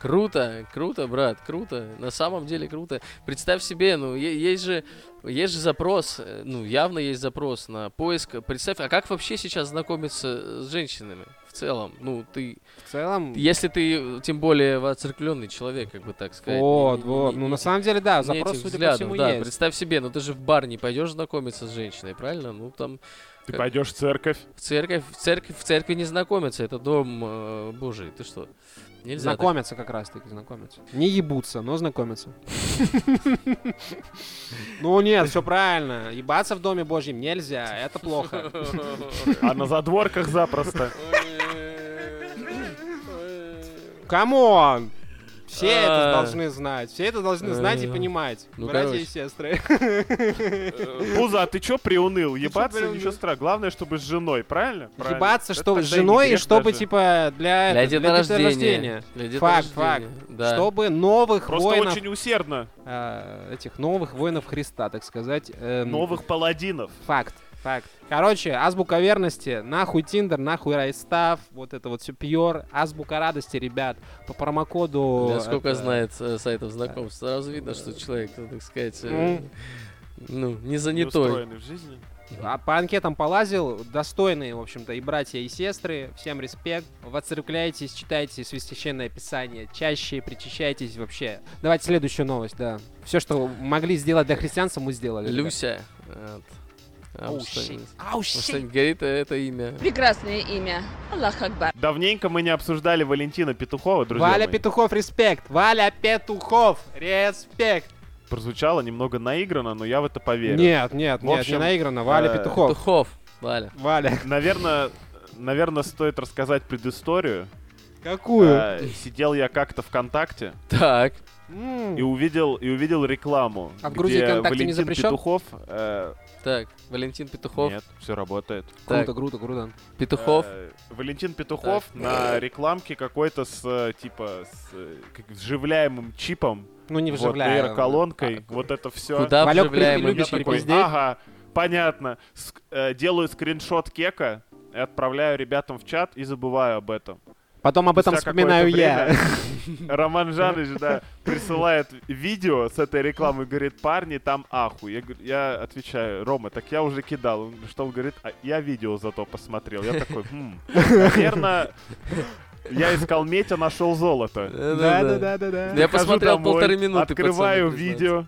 Круто, круто, брат, круто. На самом деле круто. Представь себе, ну, е- есть же, есть же запрос, э, ну, явно есть запрос на поиск. Представь, а как вообще сейчас знакомиться э, с женщинами в целом? Ну, ты,
В целом...
если ты, э, тем более, воцеркленный человек, как бы так сказать.
Вот,
не- не-
вот.
не-
Ну,
не-
на самом деле, да,
не
запрос,
этих
судя по
взглядов,
всему,
да,
есть.
представь себе, ну ты же в бар не пойдешь знакомиться с женщиной, правильно? Ну там
Ты
Как-
пойдешь в церковь.
в церковь, в церковь, в церкви не знакомятся, это дом э, Божий, ты что? Нельзя. так.
Знакомятся как раз-таки, знакомятся. Не ебутся, но знакомятся. Ну нет, все правильно. Ебаться в Доме Божьем нельзя, это плохо.
А на задворках запросто.
Камон! Все это
А.
должны знать, все это должны знать и
Э,
понимать.
ну,
Братья
короче.
и сестры.
Пуза, а ты чё приуныл?
чё
Ебаться
приуныл?
ничего страшного. Главное, чтобы с женой, правильно? Правильно.
Ебаться,
Это
что с
тогда и не
женой, и
грех
чтобы,
даже.
типа, для
Для
это-
деторождения. Для
Факт,
деторождения,
факт.
да.
Чтобы новых
Просто
воинов,
очень усердно.
э, этих новых воинов Христа, так сказать. эм,
Новых паладинов.
Факт, факт. Короче, азбука верности, нахуй Тиндер, нахуй Райстав, вот это вот все пьер, азбука радости, ребят, по промокоду...
Да сколько
это,
знает э, сайтов знакомств, сразу видно, что человек, ну, так сказать, э,
М.
ну, не
Не
занятой.
устроены в жизни.
А по анкетам полазил, достойные, в общем-то, и братья, и сестры, всем респект, воцеркляйтесь, читайте священное писание, чаще причащайтесь вообще. Давайте следующую новость, да. Все, что могли сделать для христианства, мы сделали. ребят.
Люся. А от Амштайн.
Ау, щит.
Амштайн горит э, это имя.
Прекрасное имя. Аллах Акбар.
Давненько мы не обсуждали Валентина Петухова, друзья
Валя
мои.
Петухов, респект! Валя Петухов, респект!
Прозвучало немного наигранно, но я в это поверю.
Нет, нет,
В
нет, не
общем,
наиграно. Валя
э,
Петухов.
Тухов. Валя.
Валя.
Наверное, наверное, стоит рассказать предысторию. А,
Какую?
Э, Сидел я как-то ВКонтакте,
Так.
М,
и увидел, и увидел рекламу.
А в Грузии
где
ВКонтакте не
Валентин
запрещен?
Петухов... э,
Так, Валентин Петухов.
нет, все работает.
Так,
Круто, круто, круто.
Петухов.
Э, Валентин Петухов на рекламке какой-то с, э, типа, с э, как вживляемым чипом,
Ну не А,
вот,
вживляю.
нейроколонкой, вот это все.
Куда
Валёк,
вживляем
ты
Я
любишь
чипы?
такой,
припиздеть?
Ага, понятно. Ск- э, делаю скриншот кека и отправляю ребятам в чат и забываю об этом.
Потом об этом
Спустя
вспоминаю
какое-то
я.
время Роман Жаныч, да, присылает видео с этой рекламы, говорит, парни, там ахуй. Я, говорю- я отвечаю, Рома, так я уже кидал. Он, что он говорит, «А я видео зато посмотрел. Я такой, «Хм, наверное, я искал медь, а нашел золото.
Да, да, да, да, да.
Я
Захожу
Э, посмотрел
домой,
полторы минуты.
Открываю
пацаны,
видео.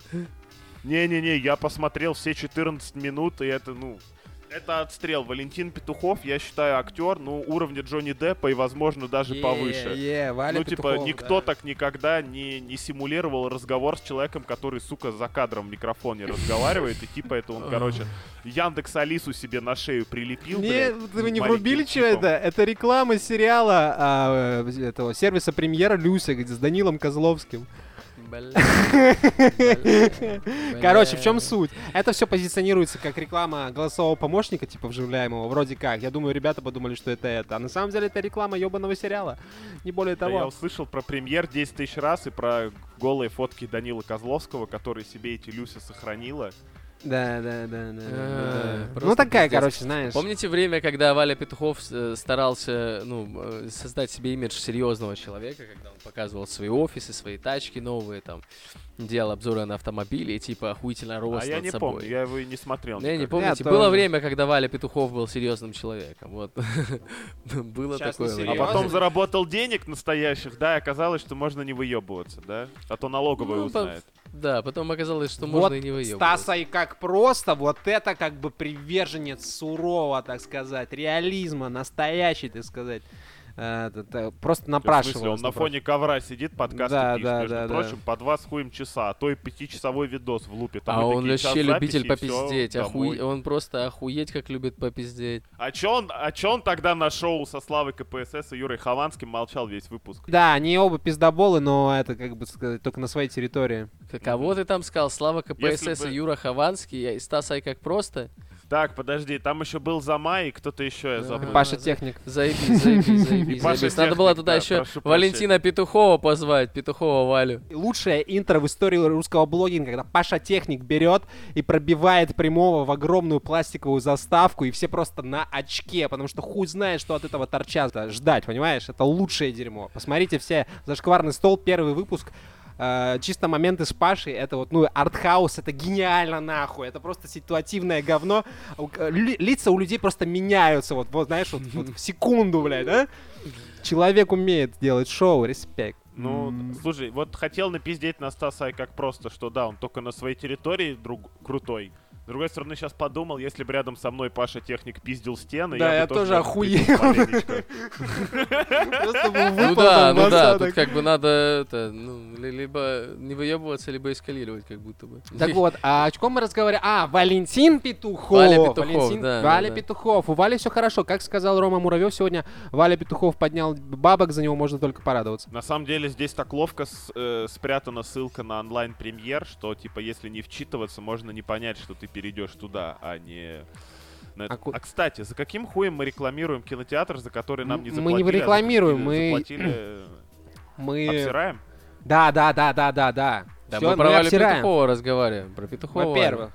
Не-не-не, я посмотрел все 14 минут, и это, ну... Это отстрел. Валентин Петухов, я считаю, актер, ну, уровня Джонни Деппа и, возможно, даже
Е,
повыше.
е, Валя
ну, типа,
Петухова,
никто
да.
так никогда не, не симулировал разговор с человеком, который, сука, за кадром в микрофоне разговаривает, и типа это он, короче, Яндекс Алису себе на шею прилепил.
Не,
блядь,
вы не
маленьким
врубили, что
чипом.
это? Это реклама сериала а, э, этого сервиса премьера Люся, где с Данилом Козловским.
пацаны.
Короче, в чем суть? Это все позиционируется как реклама голосового помощника, типа вживляемого, вроде как. Я думаю, ребята подумали, что это это. А на самом деле это реклама ебаного сериала. Не более
Да, я
того.
услышал про премьер 10 тысяч раз и про голые фотки Данила Козловского, который себе эти Люся сохранила.
Да, да, да, да,
Э,
да. Ну
просто
такая,
пиздец.
короче, знаешь.
Помните время, когда Валя Петухов э, старался ну, э, создать себе имидж серьезного человека, когда он показывал свои офисы, свои тачки новые, там, делал обзоры на автомобили, и, типа охуительно рос над
а я не
собой.
помню, я его и не смотрел.
Не, не
никогда.
помните,
Я
было
тоже.
время, когда Валя Петухов был серьезным человеком. Вот. было
Сейчас
такое
не
время.
А потом заработал денег настоящих, да, и оказалось, что можно не выебываться, да? А то налоговая
Ну, по-
узнает.
Да, потом оказалось, что
вот
можно и не выебываться.
Стаса и как просто, вот это как бы приверженец сурового, так сказать, реализма, настоящий, так сказать. Э, т- т- Просто
То есть, в смысле,
напрашивал.
он на фоне ковра сидит, подкаст
Да,
и пишет.
да,
Между
да, да.
прочим, по два с хуем часа, а то и пятичасовой видос в лупе. Там
А
и
он
такие час
вообще
записи,
любитель
и
попиздеть.
а
всё,
охуе-
домой.
Он просто охуеть, как любит попиздеть.
А чё он, а чё он тогда на шоу со Славой КПСС и Юрой Хованским молчал весь выпуск?
Да, они оба пиздоболы, но это, как бы сказать, только на своей территории.
Ты Кого ты там сказал? Слава КПСС
Если бы-
и Юра Хованский, я- и Стас Ай как просто?
Так, подожди, там еще был Зама и кто-то еще я
А, Да.
забыл.
Паша
за-
Техник.
Заебись, заебись,
И
заебись,
Паша
заебись. Надо
Техник,
было туда
да,
еще
прошу
Валентина Петухова позвать, Петухова Валю.
Лучшее интро в истории русского блогинга, когда Паша Техник берет и пробивает прямого в огромную пластиковую заставку, и все просто на очке, потому что хуй знает, что от этого торчат. А, Ждать, понимаешь? Это лучшее дерьмо. Посмотрите все «Зашкварный стол», первый выпуск. Э, чисто моменты с Пашей, это вот, ну, артхаус, это гениально нахуй, это просто ситуативное говно. У- э, ли- лица у людей просто меняются, вот, вот знаешь, вот, вот в секунду, блядь, да? Человек умеет делать шоу, респект.
Ну, слушай, вот хотел напиздеть на Стаса и как просто, что да, он только на своей территории друг... крутой. С другой стороны, сейчас подумал, если бы рядом со мной Паша Техник пиздил стены,
Да,
я, бы
я тоже
наверное,
охуел.
пиздил маленечко.
Просто бы
Ну
выпал
да,
там
ну да,
осадок.
тут как бы надо это, ну, ли- либо не выебываться, либо эскалировать, как будто бы.
Так вот, а о чем мы разговаривали? А, Валентин Петухов.
Валя Петухов,
Валентин-
да,
Валя
да, да.
Петухов. У Вали все хорошо. Как сказал Рома Муравьев сегодня, Валя Петухов поднял бабок, за него можно только порадоваться.
На самом деле, здесь так ловко с- э, спрятана ссылка на онлайн-премьер, что, типа, если не вчитываться, можно не понять, что ты перейдешь туда, а не... на это.
А ку-
А, кстати, за каким хуем мы рекламируем кинотеатр, за который нам не
М- мы не
заплатили? а за-
рекламируем, мы-
Заплатили... э,
Мы...
Обсираем?
Да, да, да, да, да, да.
Да,
Всё, ну
мы про Валю
обсираем.
Петухова разговариваем. Про Петухова.
Во-первых,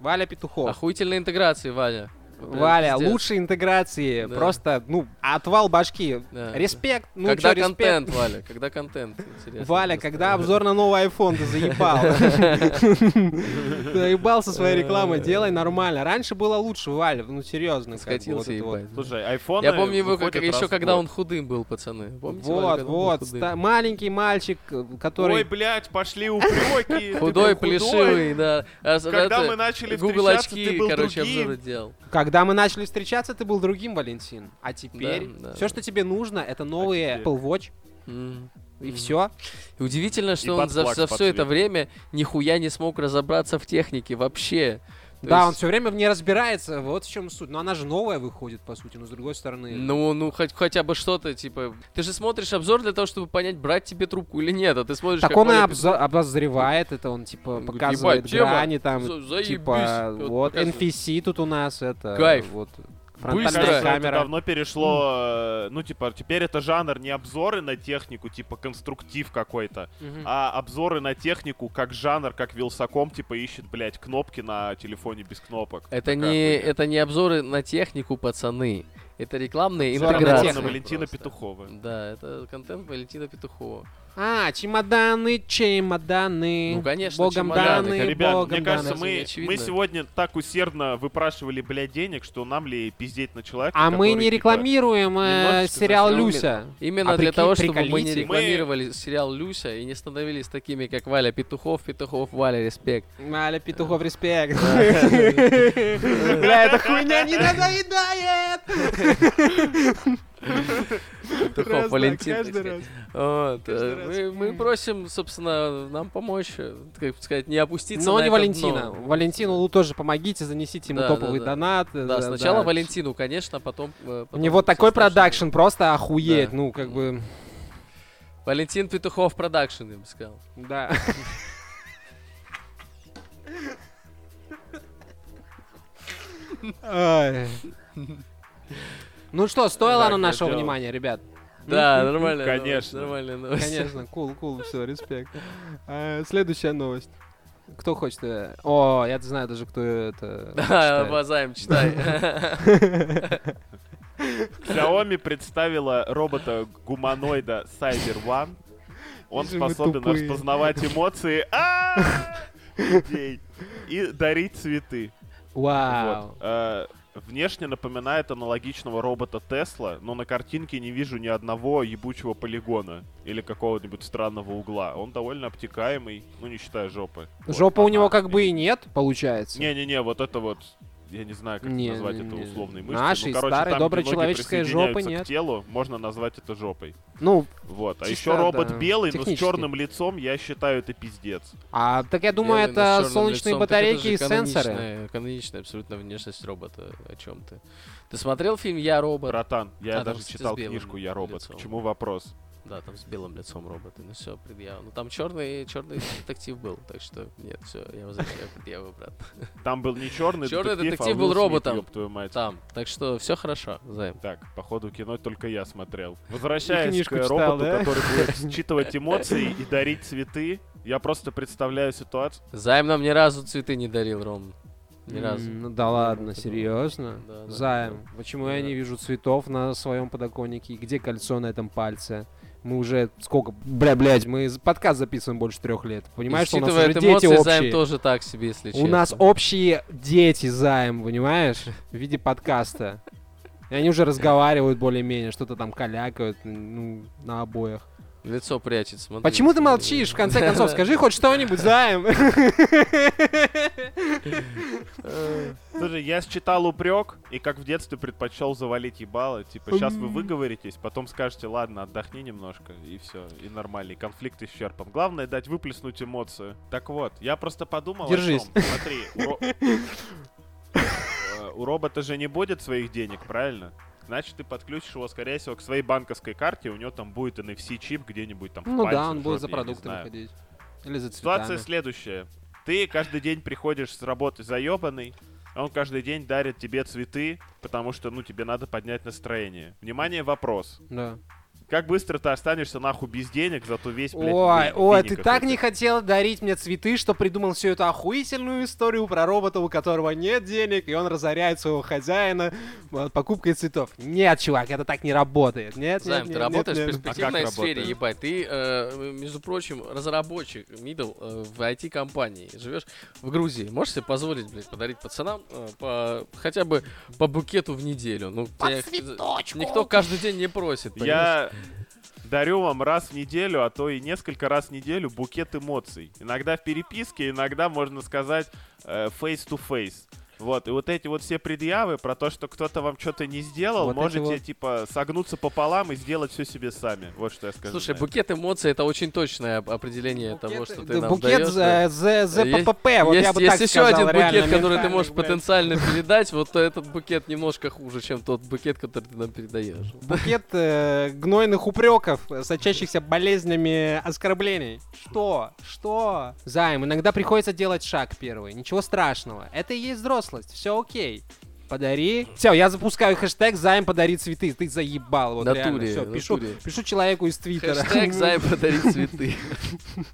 Валя Петухов.
Валю. Охуительной интеграции, Валя. Вот прям
Валя,
пиздец.
лучшей интеграции.
Да.
Просто, ну, отвал башки.
Да.
Респект. Ну,
когда
чё, респект.
контент, Валя? Когда контент? Интересно.
Валя,
просто.
когда обзор на новый iPhone ты заебал. Заебал со
Э,
своей рекламой, делай нормально. Раньше было лучше, Валя, ну серьезно. как бы, вот
скатился
это вот.
ебать.
Слушай, айфоны
Я помню его как,
выходят раз
еще,
в
когда
год.
он худым был, пацаны. Помните, Валю,
Вот,
когда он был
вот,
худым?
ста- маленький мальчик, э,
Ой,
который...
блядь, пошли упреки. ты
Худой,
был худой.
плешивый, да. А с-
Когда
это-
мы начали
Google
встречаться,
очки,
ты был
короче,
другим.
обзоры делал.
Когда мы начали встречаться, ты был другим, Валентин. А теперь
Да, да.
все, что тебе нужно, это новые
А теперь?
Apple Watch,
М.
и
Мгм.
все.
И Удивительно, что он за,
подфлаг
все это
подсвет.
время нихуя не смог разобраться в технике вообще. То
да,
есть-
он все время в ней разбирается, вот в чем суть. Но она же новая выходит, по сути, но с другой стороны...
Ну, ну хоть, хотя бы что-то, типа... Ты же смотришь обзор для того, чтобы понять, брать тебе трубку или нет, а ты смотришь...
так
как
он и
Оля пи-
обза- обозревает это, он типа
Говорит,
показывает
«Ебать, тема,
грани там,
за- заебись».
типа
Вот
вот
показывает.
NPC тут у нас это
Кайф.
вот
Мне
Быстро.
фронтальная
кажется, это
камера.
давно перешло, э, ну, типа, теперь это жанр не обзоры на технику, типа, конструктив какой-то,
Мгм.
а обзоры на технику как жанр, как Вилсаком, типа, ищет, блядь, кнопки на телефоне без кнопок.
Это
Такая
не,
хуйня.
это не обзоры на технику, пацаны. Это рекламные
Обзоры на
интеграции.
технику.
Валентина
просто.
Петухова.
Да, это контент Валентина Петухова.
А, чемоданы, чемоданы.
Ну, конечно,
богом
чемоданы,
даны,
конечно.
Ребят,
богом
мне
даны.
кажется,
разве не
мы,
очевидно?
мы сегодня так усердно выпрашивали, блядь, денег, что нам ли пиздеть на человека,
А мы
который,
не
типа,
рекламируем э,
немножечко
сериал
застрял.
Люся.
Именно
А
для
прикинь,
того, чтобы мы не
приколите.
рекламировали сериал Люся и не становились такими, как Валя Петухов, Петухов, Валя, респект.
Аля Петухов, респект. Бля, эта хуйня не надоедает. Раз, да,
Петухов, Валентин. так
каждый
сказать.
раз.
Вот,
Каждый
э,
раз.
Мы, мы просим, собственно, нам помочь, э, как бы сказать, не опуститься
Но
на
не
это
Валентина.
дно.
Валентину Лу тоже помогите, занесите ему
Да,
топовый
да, да.
донат. э,
Да, сначала Валентину, конечно, а потом... э,
У
потом
него
всем
такой
старшим.
продакшн, просто охуеть.
Да.
Ну, как бы,
Валентин Петухов продакшн, я бы сказал.
да. Ай. Ну что, стоило
Так,
оно
я
нашего
делал.
внимания, ребят?
Да, нормально.
Конечно.
Нормально.
Конечно, кул, кул, все, респект. А, Следующая новость. Кто хочет? э, О, я знаю даже, кто это.
Да,
читает.
обожаем, читай.
Xiaomi представила робота-гуманоида Cyber One. Он
Какие же вы
способен
тупые.
распознавать эмоции а, людей и дарить цветы.
Вау.
Вот. Э, Внешне напоминает аналогичного робота Тесла, но на картинке не вижу ни одного ебучего полигона или какого-нибудь странного угла. Он довольно обтекаемый, ну не считая жопы. Вот
Жопа у
она
него как бы и
имеет.
нет, получается.
Не-не-не, вот это вот, я не знаю, как
Не,
назвать
не,
это
не.
условной мышцей.
Нашей
ну, короче,
старой
там, где
доброй
ноги
человеческой
присоединяются
жопы нет.
К телу можно назвать это жопой.
Ну,
Вот. А
Чисто,
еще робот
да,
белый, но с
технически.
черным лицом, я считаю, это пиздец.
а так я думаю,
Белый, но с
это
чёрным
солнечные
лицом. Так это
батарейки
же
и сенсоры.
каноничная- Каноничная абсолютно внешность робота. О чем ты? Ты смотрел фильм «Я робот»?
Братан,
А,
я
там,
даже
кстати,
читал
с белым
книжку «Я робот».
лицом.
К чему вопрос?
Да, там с белым лицом робота. Ну все, предъява. Ну там черный, черный детектив был, так что нет, все, я возвращаю предъяву обратно.
Там был не черный
Чёрный
детектив,
детектив
а
был
Уилл Смит,
роботом.
ёб твою мать.
Там. Так что все хорошо, займ.
Так, походу кино только я смотрел. Возвращаясь к
книжку
э,
читал,
роботу,
да?
который будет считывать эмоции и дарить цветы, я просто представляю ситуацию.
Займ нам ни разу цветы не дарил, Ром. Ни
М,
разу.
Ну да ладно, серьезно?
Да, да,
Займ, почему я
Да.
не вижу цветов на своем подоконнике? И Где кольцо на этом пальце? Мы уже сколько... Бля, блядь, мы з- подкаст записываем больше трех лет. Понимаешь, что у нас уже
Учитывая
дети
эмоции, Займ
общие.
тоже так себе, если
У нас
честно.
общие дети, Займ, понимаешь? В виде подкаста. И они уже разговаривают более-менее, что-то там калякают ну, на обоях.
Лицо прячет, смотри.
Почему ты
смотри.
молчишь, в
ну,
конце концов? Скажи хоть что-нибудь, Займ.
Слушай, я считал упрек и как в детстве предпочел завалить ебало. Типа, сейчас вы выговоритесь, потом скажете, ладно, отдохни немножко, и все, и нормально, и конфликт исчерпан. Главное дать выплеснуть эмоцию. Так вот, я просто подумал о
Держись.
чём. Смотри, у ро- э, у робота же не будет своих денег, правильно? Значит, ты подключишь его, скорее всего, к своей банковской карте, у него там будет NFC-чип где-нибудь там. в
Ну
пальце,
да, он
в
будет за
жопе, я не
продуктами
знаю.
ходить. Или за
Ситуация
цветами.
следующая. Ты каждый день приходишь с работы заебанный, а он каждый день дарит тебе цветы, потому что, ну, тебе надо поднять настроение. Внимание, вопрос.
Да.
Как быстро ты останешься нахуй без денег, зато весь, блядь,
Ой,
день
ой, ты
денег
так
от
не
этих.
хотел дарить мне цветы, что придумал всю эту охуительную историю про робота, у которого нет денег, и он разоряет своего хозяина э, покупкой цветов. Нет, чувак, это так не работает. Нет,
Займ,
нет,
ты
нет,
работаешь
нет,
в
нет.
перспективной
А как
сфере,
работает?
ебать. Ты, э, между прочим, разработчик middle э, в IT-компании. Живешь в Грузии. Можешь себе позволить, блядь, подарить пацанам э, по- хотя бы по букету в неделю? Ну, тебя Никто каждый день не просит, понимаешь?
Я дарю вам раз в неделю, а то и несколько раз в неделю букет эмоций. Иногда в переписке, иногда, можно сказать, э, face-to-face. Вот, и вот эти вот все предъявы про то, что кто-то вам что-то не сделал,
Вот эти
можете,
вот.
типа, согнуться пополам и сделать все себе сами. Вот что я скажу.
Слушай,
на это.
букет эмоций это очень точное об- определение того, что ты нам
Букет
даёшь, да.
за- за за
Есть-
ППП, вот
есть,
я бы
есть
так
еще один
сказал, реально,
букет, который ты
ментальный,
можешь
блядь.
потенциально передать, вот этот букет немножко хуже, чем тот букет, который ты нам передаешь.
Букет э, гнойных упреков, э, сочащихся болезнями оскорблений. Что? Что? Займ, иногда приходится делать шаг первый. Ничего страшного. Это и есть взрослость. Все окей. Подари. Все, я запускаю хэштег Займ подари цветы. Ты заебал. Вот
Натуре,
реально. Всё, пишу,
натуре.
пишу человеку из Твиттера.
Хэштег «Зай подари цветы».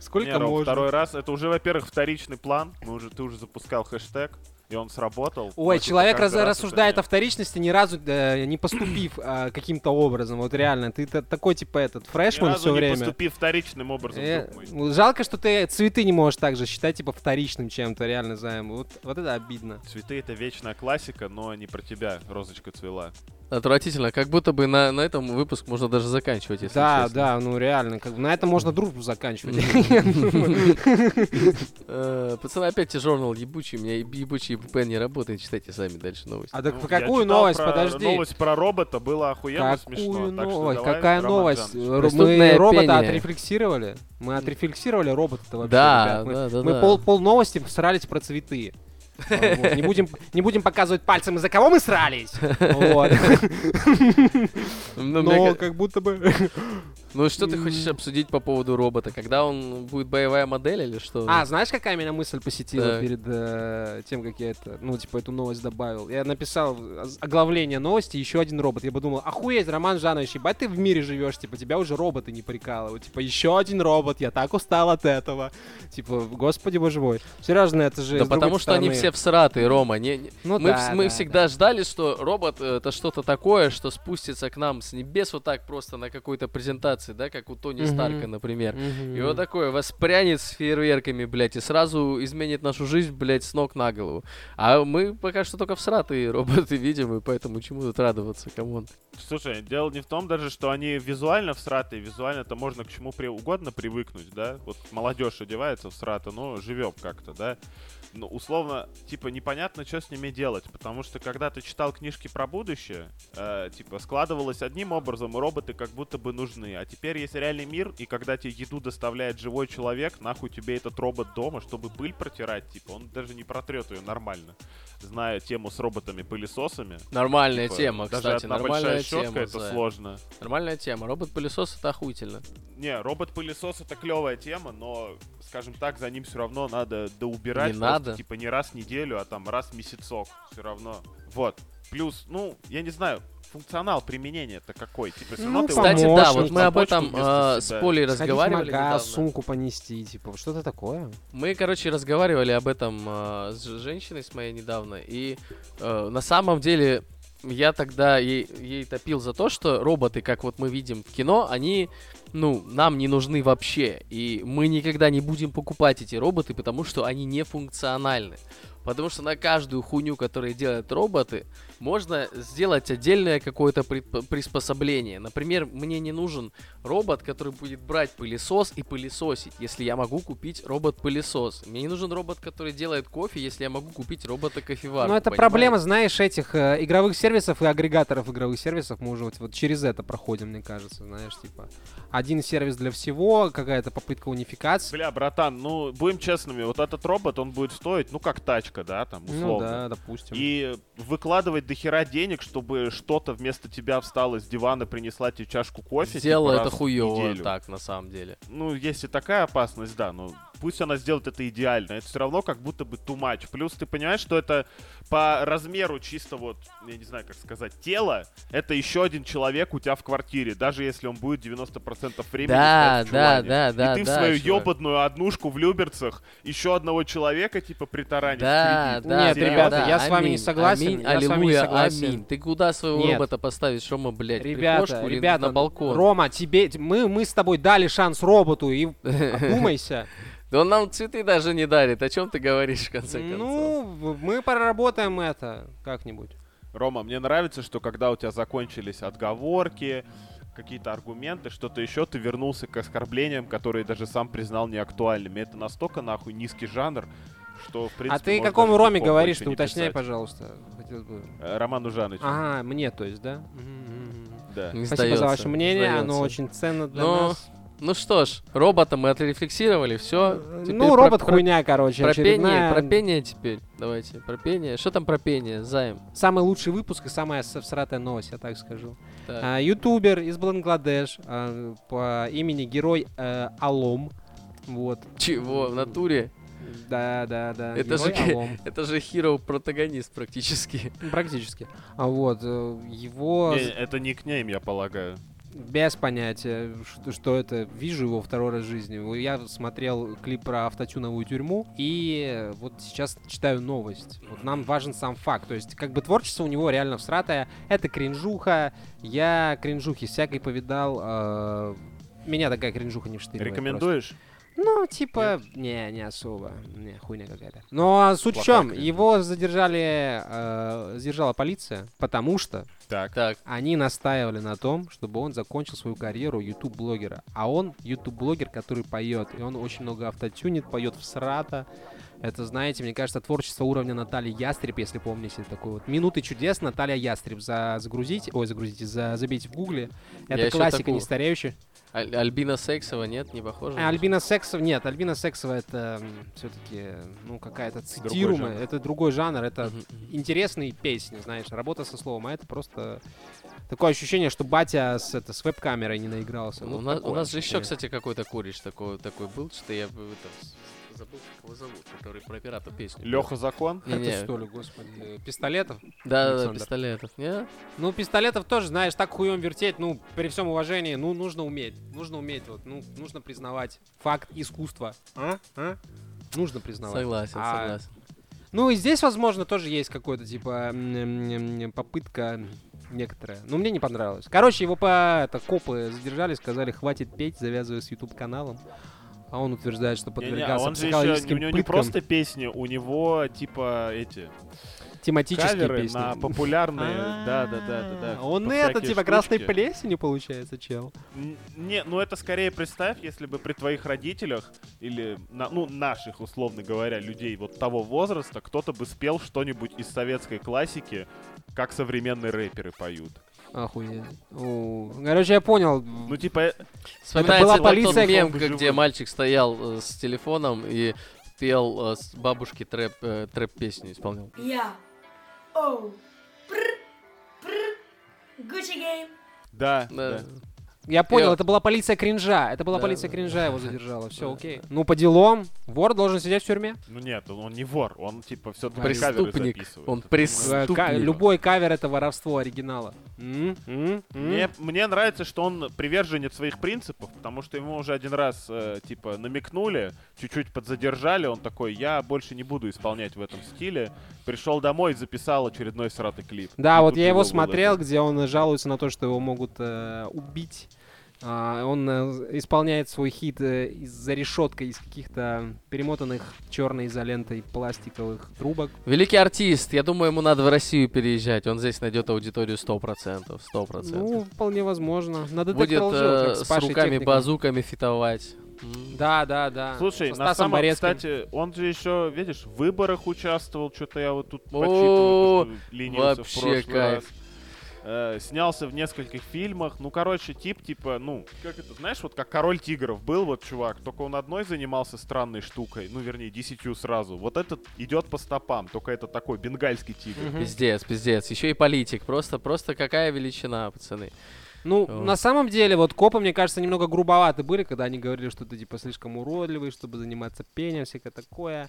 Сколько
Не, Ром,
можно?
второй раз. Это уже, во-первых, вторичный план. Мы уже, ты уже запускал хэштег, и он сработал.
Ой,
Но, типа,
человек
каждый
раз-
раз это
рассуждает
не-
о вторичности, ни разу э, не поступив э, каким-то образом. Вот реально, ты та- такой типа этот
ни
фрешман
разу
все
не
время.
поступив вторичным образом,
Э,
друг мой.
ну, жалко, что ты цветы не можешь также считать, типа, вторичным чем-то, реально, Займ. Вот, вот это обидно.
Цветы — это вечная классика, но не про тебя розочка цвела.
Отвратительно, как будто бы на, на этом выпуск можно даже заканчивать, если
да,
честно.
да, ну реально, как бы на этом можно дружбу заканчивать.
Э, Пацаны, опять тебе журнал ебучий, у меня еб- ебучий ПП не работает, читайте сами дальше новости.
А так
Ну,
по
я
какую
читал
новость,
про-
подожди.
Новость про робота была охуенно смешно.
Какую
так что
новость?
давай,
Какая
Роман
новость?
Жанович.
Р- Мы
Преступное
робота
пение.
отрефлексировали. Мы отрефлексировали робота-то вообще.
Да,
ребят. Мы-
да, да,
Мы
да.
пол, пол новости срались про цветы. Вот, Не будем, не будем показывать пальцем, из-за кого мы срались. Вот.
Ну, мне
Но
ка-
как будто бы...
ну, что ты хочешь обсудить по поводу робота? Когда он будет боевая модель или что?
А, знаешь, какая меня мысль посетила
Так.
перед э, тем, как я это, ну, типа, эту новость добавил? Я написал в- оз- оглавление новости, еще один робот. Я подумал, охуеть, Роман Жанович, ебать ты в мире живешь, типа, тебя уже роботы не прикалывают. Типа, еще один робот, я так устал от этого. Типа, господи боже мой. Серьезно, это же...
Да
с другой
потому что они
стороны.
все всратые, Рома. Не, не-
Ну
мы
да,
вс- мы
да,
всегда ждали, что робот э, это что-то такое, что спустится к нам с небес вот так просто на какой-то презентации, да, как у Тони
Мгм.
Старка, например.
Мгм.
И вот такое воспрянет с фейерверками, блядь, и сразу изменит нашу жизнь, блядь, с ног на голову. А мы пока что только всратые роботы видим, и поэтому чему тут радоваться, камон.
Слушай, дело не в том даже, что они визуально всратые, визуально-то можно к чему при- угодно привыкнуть, да? Вот молодежь одевается в срато, но живем как-то, да? Ну, условно, типа, непонятно, что с ними делать, потому что, когда ты читал книжки про будущее, э, типа, складывалось одним образом, и роботы как будто бы нужны, а теперь есть реальный мир, и когда тебе еду доставляет живой человек, нахуй тебе этот робот дома, чтобы пыль протирать, типа, он даже не протрет ее нормально, зная тему с роботами-пылесосами,
Нормальная
Типа,
тема,
даже
кстати,
одна
нормальная
большая щетка
тема.
это
Зая.
сложно.
Нормальная тема. Робот-пылесос это охуительно.
Не, робот-пылесос это клевая тема, но, скажем так, за ним все равно надо доубирать.
Не
просто,
надо.
Типа не раз в неделю, а там раз в месяцок. Все равно. Вот. Плюс, ну, я не знаю, функционал применения-то какой. Типа, всё равно
Ну,
ты
Кстати,
Помощник.
да, вот мы об
Помощник
этом
вместо
э,
себя.
с Полей
Сходить в
разговаривали.
мага,
недавно.
сумку понести, типа, что-то такое.
Мы, короче, разговаривали об этом э, с ж- женщиной с моей недавно, и э, на самом деле я тогда ей, ей топил за то, что роботы, как вот мы видим в кино, они, ну, нам не нужны вообще, и мы никогда не будем покупать эти роботы, потому что они не функциональны. Потому что на каждую хуйню, которую делают роботы, можно сделать отдельное какое-то предп- приспособление. Например, мне не нужен робот, который будет брать пылесос и пылесосить, если я могу купить робот-пылесос. Мне не нужен робот, который делает кофе, если я могу купить робота-кофеварку.
Ну, это
понимаешь?
проблема, знаешь, этих э, игровых сервисов и агрегаторов игровых сервисов. Мы уже вот, вот через это проходим, мне кажется, знаешь, типа. Один сервис для всего, какая-то попытка унификации.
Бля, братан, ну, будем честными, вот этот робот, он будет стоить, ну, как тачка, да, там, условно.
Ну да, допустим.
И выкладывать дохера денег, чтобы что-то вместо тебя встало с дивана, принесла тебе чашку кофе.
Сделала
типа,
это
раз в
хуево
неделю.
так, на самом деле.
ну, есть и такая опасность, да, но пусть она сделает это идеально. Это все равно как будто бы too much. Плюс ты понимаешь, что это по размеру чисто вот, я не знаю, как сказать, тело, это еще один человек у тебя в квартире, даже если он будет 90% времени
Да,
спать в
да,
чулане.
да, да,
И ты в
да,
свою
чувак.
ебаную однушку в Люберцах еще одного человека типа притаранишь
Да,
впереди.
да,
Нет,
да,
ребята,
да,
я с вами не
аминь,
согласен,
аминь,
я с вами не
аллилуйя,
согласен.
аминь. Ты куда своего
Нет.
робота поставишь, Рома, блядь? в
Ребята,
прихожку или
ребята,
на балкон.
Рома, тебе, мы, мы с тобой дали шанс роботу, и одумайся.
Да он нам цветы даже не дарит. О чем ты говоришь в конце концов?
Ну, в- мы проработаем это как-нибудь.
Рома, мне нравится, что когда у тебя закончились отговорки, какие-то аргументы, что-то еще, ты вернулся к оскорблениям, которые даже сам признал неактуальными. Это настолько нахуй низкий жанр. что, в принципе,
А ты
можно
какому
даже
Роме
диплом
говоришь,
больше
ты
не
уточняй,
писать.
пожалуйста. Хотел бы.
Э, Роману Жанычу.
Ага, мне, то есть, да? Мгм, мгм, мгм.
Да.
Спасибо
Не
за
сдаётся,
ваше
не
мнение, оно
сдаётся.
очень ценно для
Но
нас.
Ну что ж, робота мы отрефлексировали, все.
Ну, робот хуйня, короче,
Про пение,
очередная.
про пение теперь. Давайте, про пение. Что там про пение? Займ.
Самый лучший выпуск и самая со- всратая новость, я так скажу.
Так.
А, Ютубер из Бангладеш а, по имени Герой э, Алом. Вот.
Чего? В натуре?
Да, да, да.
Это
Герой
же ге-
Алом.
Это же хиро-протагонист практически.
Практически. А вот, э, его...
Не, это никнейм, я полагаю.
Без понятия, что, что это. Вижу его второй раз в жизни. Во- Я смотрел клип про автотюновую тюрьму, и э, вот сейчас читаю новость. Вот нам важен сам факт. То есть, как бы творчество у него реально всратое. Это кринжуха. Я кринжухи всякой повидал. э, меня такая кринжуха не вштырила.
Рекомендуешь?
Ну, типа, не, не особо. Не, хуйня какая-то. Но суть в
Плохая
чем,
кринжуха.
его задержали, э, задержала полиция, потому что
Так.
Так,
они настаивали на том, чтобы он закончил свою карьеру YouTube-блогера. А он YouTube-блогер, который поет. И он очень много автотюнит, поет в срата. Это, знаете, мне кажется, творчество уровня Натальи Ястреб, если помните, такой вот. «Минуты чудес» Наталья Ястреб. За, загрузите, ой, загрузите, за, забейте в гугле. Это
ещё
классика
такую.
не стареющая.
Аль- Альбина Сексова, нет, не похоже?
А, Альбина Сексова, нет, Альбина Сексова это все-таки, ну, какая-то цитируемая,
жанр.
это другой жанр, это
Мгм, мгм.
интересные песни, знаешь, работа со словом, а это просто такое ощущение, что батя с, это, с веб-камерой не наигрался.
Ну,
Вот
у, нас,
такое
у нас же еще,
ощущение.
кстати, какой-то кореш такой, такой был, что я бы это, с- с- забыл, как его зовут, который про пирата песню. пел.
Леха закон?
Это
Не-не,
что ли, господи, э, пистолетов?
Да, да,
Александр.
пистолетов, не?
Ну, пистолетов тоже, знаешь, так хуем вертеть, ну, при всем уважении, ну, нужно уметь, нужно уметь, вот, ну, нужно признавать факт искусства, а? А? Нужно признавать.
Согласен,
А,
согласен.
Ну и здесь, возможно, тоже есть какой-то типа м, м, м, попытка некоторая. Но мне не понравилось. Короче, его по это, копы задержали, сказали, хватит петь, завязывай с YouTube каналом. А он утверждает, что
Не-не,
подвергался
а он же еще,
психологическим
у него не
пыткам,
просто песни, у него типа эти
тематические
каверы
песни.
на популярные, да, да, да, да, да.
А, Он
по
это,
всякие
типа, красной
штучки.
плесенью получается, чел.
Н- Не, ну это скорее представь, если бы при твоих родителях или, на- ну, наших, условно говоря, людей вот того возраста, кто-то бы спел что-нибудь из советской классики, как современные рэперы поют.
Охуеть. У, Короче, я понял.
Ну, типа, э,
Вспоминается
была
тот
полиция,
мем,
как бы
где
живой.
мальчик стоял э, с телефоном и пел э, с бабушки трэп, э, трэп-песню исполнял. Э,
Я. Оу. Пр. Пр. Гуччи Гейм.
да,
Да.
да.
Я
типа,
понял,
я-
это была полиция кринжа. Это была
Да,
полиция
да.
кринжа, его задержала. Все,
Да,
окей. Ну, по делам. Вор должен сидеть в тюрьме.
Ну нет, он, он не вор, он типа все таки
Преступник. Он преступник.
Э, ка- Любой кавер это воровство оригинала. М? М? М?
Мне, мне нравится, что он приверженец своих принципов, потому что ему уже один раз, э, типа, намекнули, чуть-чуть подзадержали, он такой, я больше не буду исполнять в этом стиле. Пришел домой, записал очередной сратый клип.
Да,
Ну, И
вот
тут
я его
было
смотрел,
это.
где он жалуется на то, что его могут э, убить. А, он э, исполняет свой хит э, из- за решеткой из каких-то перемотанных черной изолентой пластиковых трубок.
Великий артист, я думаю, ему надо в Россию переезжать. Он здесь найдет аудиторию 100%. 100%.
Ну, вполне возможно. Надо
Будет э, с руками базуками фитовать. М.
Да, да, да.
Слушай,
А, Со
на
Стасом
самом
Борецким.
кстати, он же еще, видишь, в выборах участвовал, что-то я вот тут
О,
подсчитываю, потому что ленился в
вообще
прошлый
кайф.
раз. Э, снялся в нескольких фильмах. Ну, короче, тип, типа, ну, как это, знаешь, вот как король тигров был вот чувак, только он одной занимался странной штукой, ну, вернее, десятью сразу. Вот этот идет по стопам, только это такой бенгальский тигр.
Мгм.
Пиздец, пиздец. Еще и политик. Просто, просто какая величина, пацаны.
Ну,
Вот.
на самом деле, вот копы, мне кажется, немного грубоваты были, когда они говорили, что ты, типа, слишком уродливый, чтобы заниматься пением, всякое такое.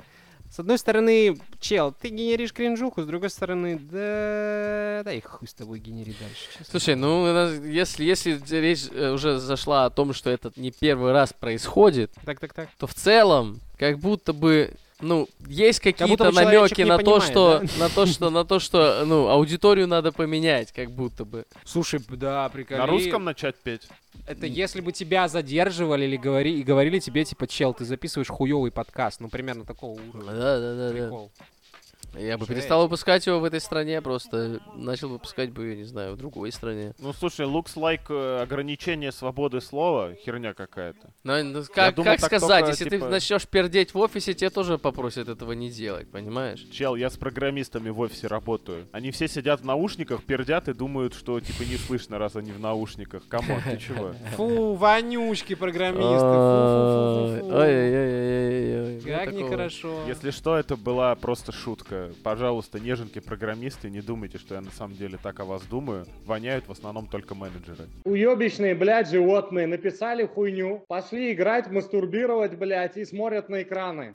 С одной стороны, чел, ты генеришь кринжуху, с другой стороны, да, да и хуй с тобой генери дальше. честно.
Слушай, ну, у нас- если, если речь э, уже зашла о том, что это не первый раз происходит,
Так, так, так.
то в целом, как будто бы, ну, есть какие-то
бы человечек
намеки
не
на то,
понимает,
что,
да?
на то, что, на то, что, ну, аудиторию надо поменять, как будто бы.
Слушай, б- да, приколи.
На русском начать петь.
Это если бы тебя задерживали или говори, и говорили тебе, типа, чел, ты записываешь хуёвый подкаст, ну, примерно такого уровня.
Э.
Да, да, да, да.
Прикол.
Я бы
Жесть.
перестал выпускать его в этой стране, просто начал выпускать бы, я не знаю, в другой стране.
Ну, слушай, looks like э, ограничение свободы слова, херня какая-то.
Но, ну, как,
думал,
как
так
сказать,
только,
если
типа-
ты начнешь пердеть в офисе, тебе тоже попросят этого не делать, понимаешь?
Чел, я с программистами в офисе работаю. Они все сидят в наушниках, пердят и думают, что типа не слышно, раз они в наушниках. Камон, ты чего?
Фу, вонючки программисты.
А.
Фу, фу, фу, фу, фу.
Ой-ой-ой-ой-ой.
Как нехорошо.
Если что, это была просто шутка. Пожалуйста, неженки программисты, не думайте, что я на самом деле так о вас думаю. Воняют в основном только менеджеры.
Уебищные, блядь, животные написали хуйню, пошли играть, мастурбировать, блядь, и смотрят на экраны.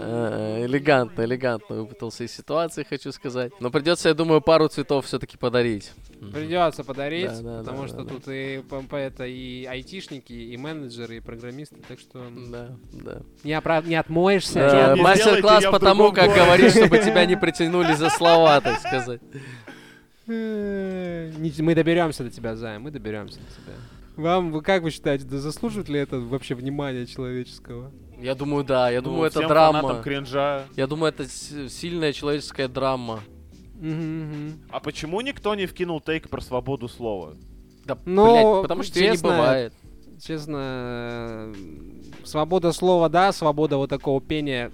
Элегантно, элегантно выпутался из ситуации, хочу сказать. Но придется, я думаю, пару цветов все-таки подарить.
Придется подарить,
Да, да,
потому
да,
что
да,
тут и ПМП это и айтишники, и менеджеры, и программисты, так что
Да, да.
не, оправ- не отмоешься.
Э,
делайте, я в
Мастер-класс по
другом
тому, как
городе.
говоришь, чтобы тебя не притянули за слова, так сказать.
Э, не- Мы доберемся до тебя, Займ, мы доберемся до тебя. Вам, вы как вы считаете, да заслуживает ли это вообще внимания человеческого?
Я думаю, да, я
Ну,
думаю, это
всем
драма.
фанатам кринжа.
Я думаю, это с- сильная человеческая драма.
Мгм, мгм.
А почему никто не вкинул тейк про свободу слова?
Да,
Ну,
блядь, потому что её
честно,
не бывает.
Честно, э, свобода слова, да, свобода вот такого пения,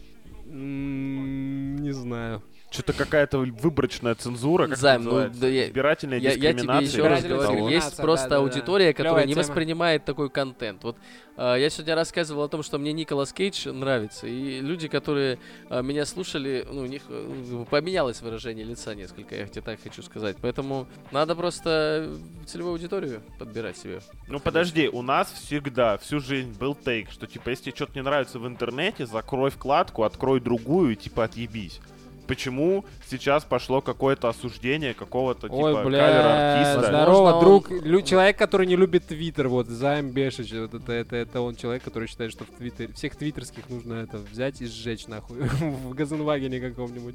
м, не знаю.
Что-то какая-то выборочная цензура, как
Займ, ну,
называется?
да я-
Избирательная
Я, я тебе
дискриминация.
еще раз
или типа
Избирательная
говорю,
того.
есть
дискриминация, да,
просто
да,
аудитория,
да.
которая
Клёвая
не
тема.
воспринимает такой контент. Вот э, я сегодня рассказывал о том, что мне Николас Кейдж нравится, и люди, которые э, меня слушали, ну, у них э, поменялось выражение лица несколько, я тебе так хочу сказать. Поэтому надо просто целевую аудиторию подбирать себе.
Ну подожди, у нас всегда, всю жизнь был тейк, что типа, если тебе что-то не нравится в интернете, закрой вкладку, открой другую и типа отъебись. Почему сейчас пошло какое-то осуждение какого-то
Ой,
типа
бля,
кавер-артиста?
да.
здорово,
Возможно,
друг.
он-
Лю- человек, который не любит Твиттер, вот, Займ Бешич, вот это, это, это он человек, который считает, что в Твиттере, всех твиттерских нужно это взять и сжечь нахуй в Газенвагене каком-нибудь.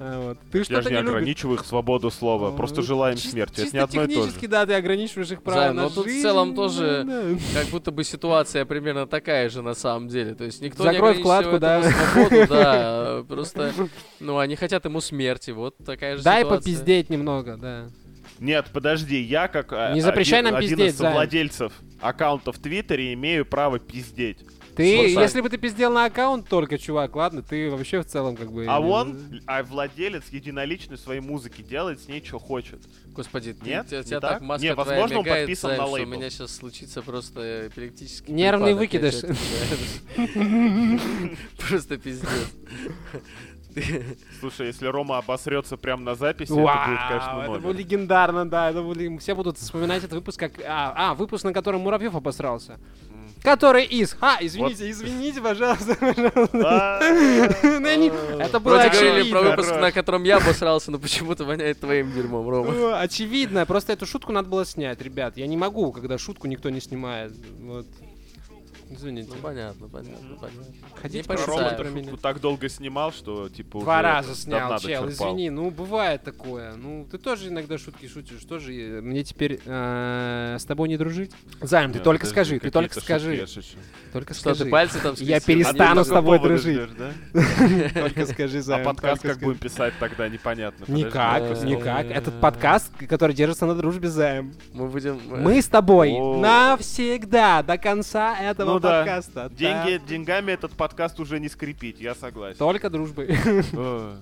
А, вот. Ты
Я же
что-то
не
не любишь.
ограничиваю их свободу слова,
Ну,
просто желаем
чис-
смерти. Это
чисто
не одно и то же.
технически, да, ты ограничиваешь их право
Займ,
на
но тут в
жизнь, ну,
целом тоже
да.
Как будто бы ситуация примерно такая же на самом деле. То есть никто
Закрой
не
вкладку,
ограничивает ему
да.
свободу, да. э, Просто, ну, они хотят ему смерти. Вот такая же
Дай
ситуация.
попиздеть немного, да.
Нет, подожди, я как а,
Не запрещай
один,
нам
один
пиздеть,
из
Займ.
владельцев аккаунта в Твиттере имею право пиздеть.
Ты,
Вот так.
если бы ты пиздел на аккаунт только, чувак, ладно, ты вообще в целом как бы...
А он, а владелец единоличной своей музыки делает с ней, что хочет.
Господи, ты-
Нет?
тебя,
Не
тебя
так?
так маска
Не,
твоя
возможно, он
мигает,
подписан
Займ,
на
что
лейбл.
у меня сейчас случится просто эпилептический
Нервный
типа,
припадок, я
выкидыш.
чё-то тебя- Просто пиздец. Ты-
Слушай, если Рома обосрется прямо на записи, это будет,
Вау,
конечно,
это
номер.
было легендарно, да. Это было- Все будут вспоминать этот выпуск как... А, а, выпуск, на котором Муравьев обосрался. Который из... А, извините, извините, пожалуйста, пожалуйста. Ну, я не- Это было
Вроде говорили про
очевидно.
выпуск, на котором я обосрался, но почему-то воняет твоим дерьмом, Рома.
О, ну, Очевидно, просто эту шутку надо было снять, ребят. Я не могу, когда шутку никто не снимает. Вот. Извините.
Ну, понятно, понятно, понятно.
Хотите
не
пошутить
Рома
порицаю.
про
эту
меня?
шутку так долго снимал, что типа
Два
уже
раза
давно
снял,
надо
чел,
черпал.
извини, ну бывает такое. Ну, ты тоже иногда шутки шутишь, тоже э, мне теперь э, с тобой не дружить. Займ, ты
Нет,
только
подожди,
скажи, ты
какие-то
только
шутки
скажи,
я шучу.
только
Что ты
скажи.
пальцы там
Я
скрестил?
перестану
От
с
такого
тобой
ты
дружить.
ждёшь, да?
Только скажи,
А
Займ.
подкаст
только
как
скажи.
будем писать тогда, непонятно. Подожди, как
Никак,
это
никак.
Э.
Этот подкаст, который держится на дружбе, Займ.
Мы будем... э,
Мы с тобой
О.
навсегда, до конца этого
Ну да.
подкаста.
Деньги, деньгами этот подкаст уже не скрипить, я согласен.
Только дружбой.
Э,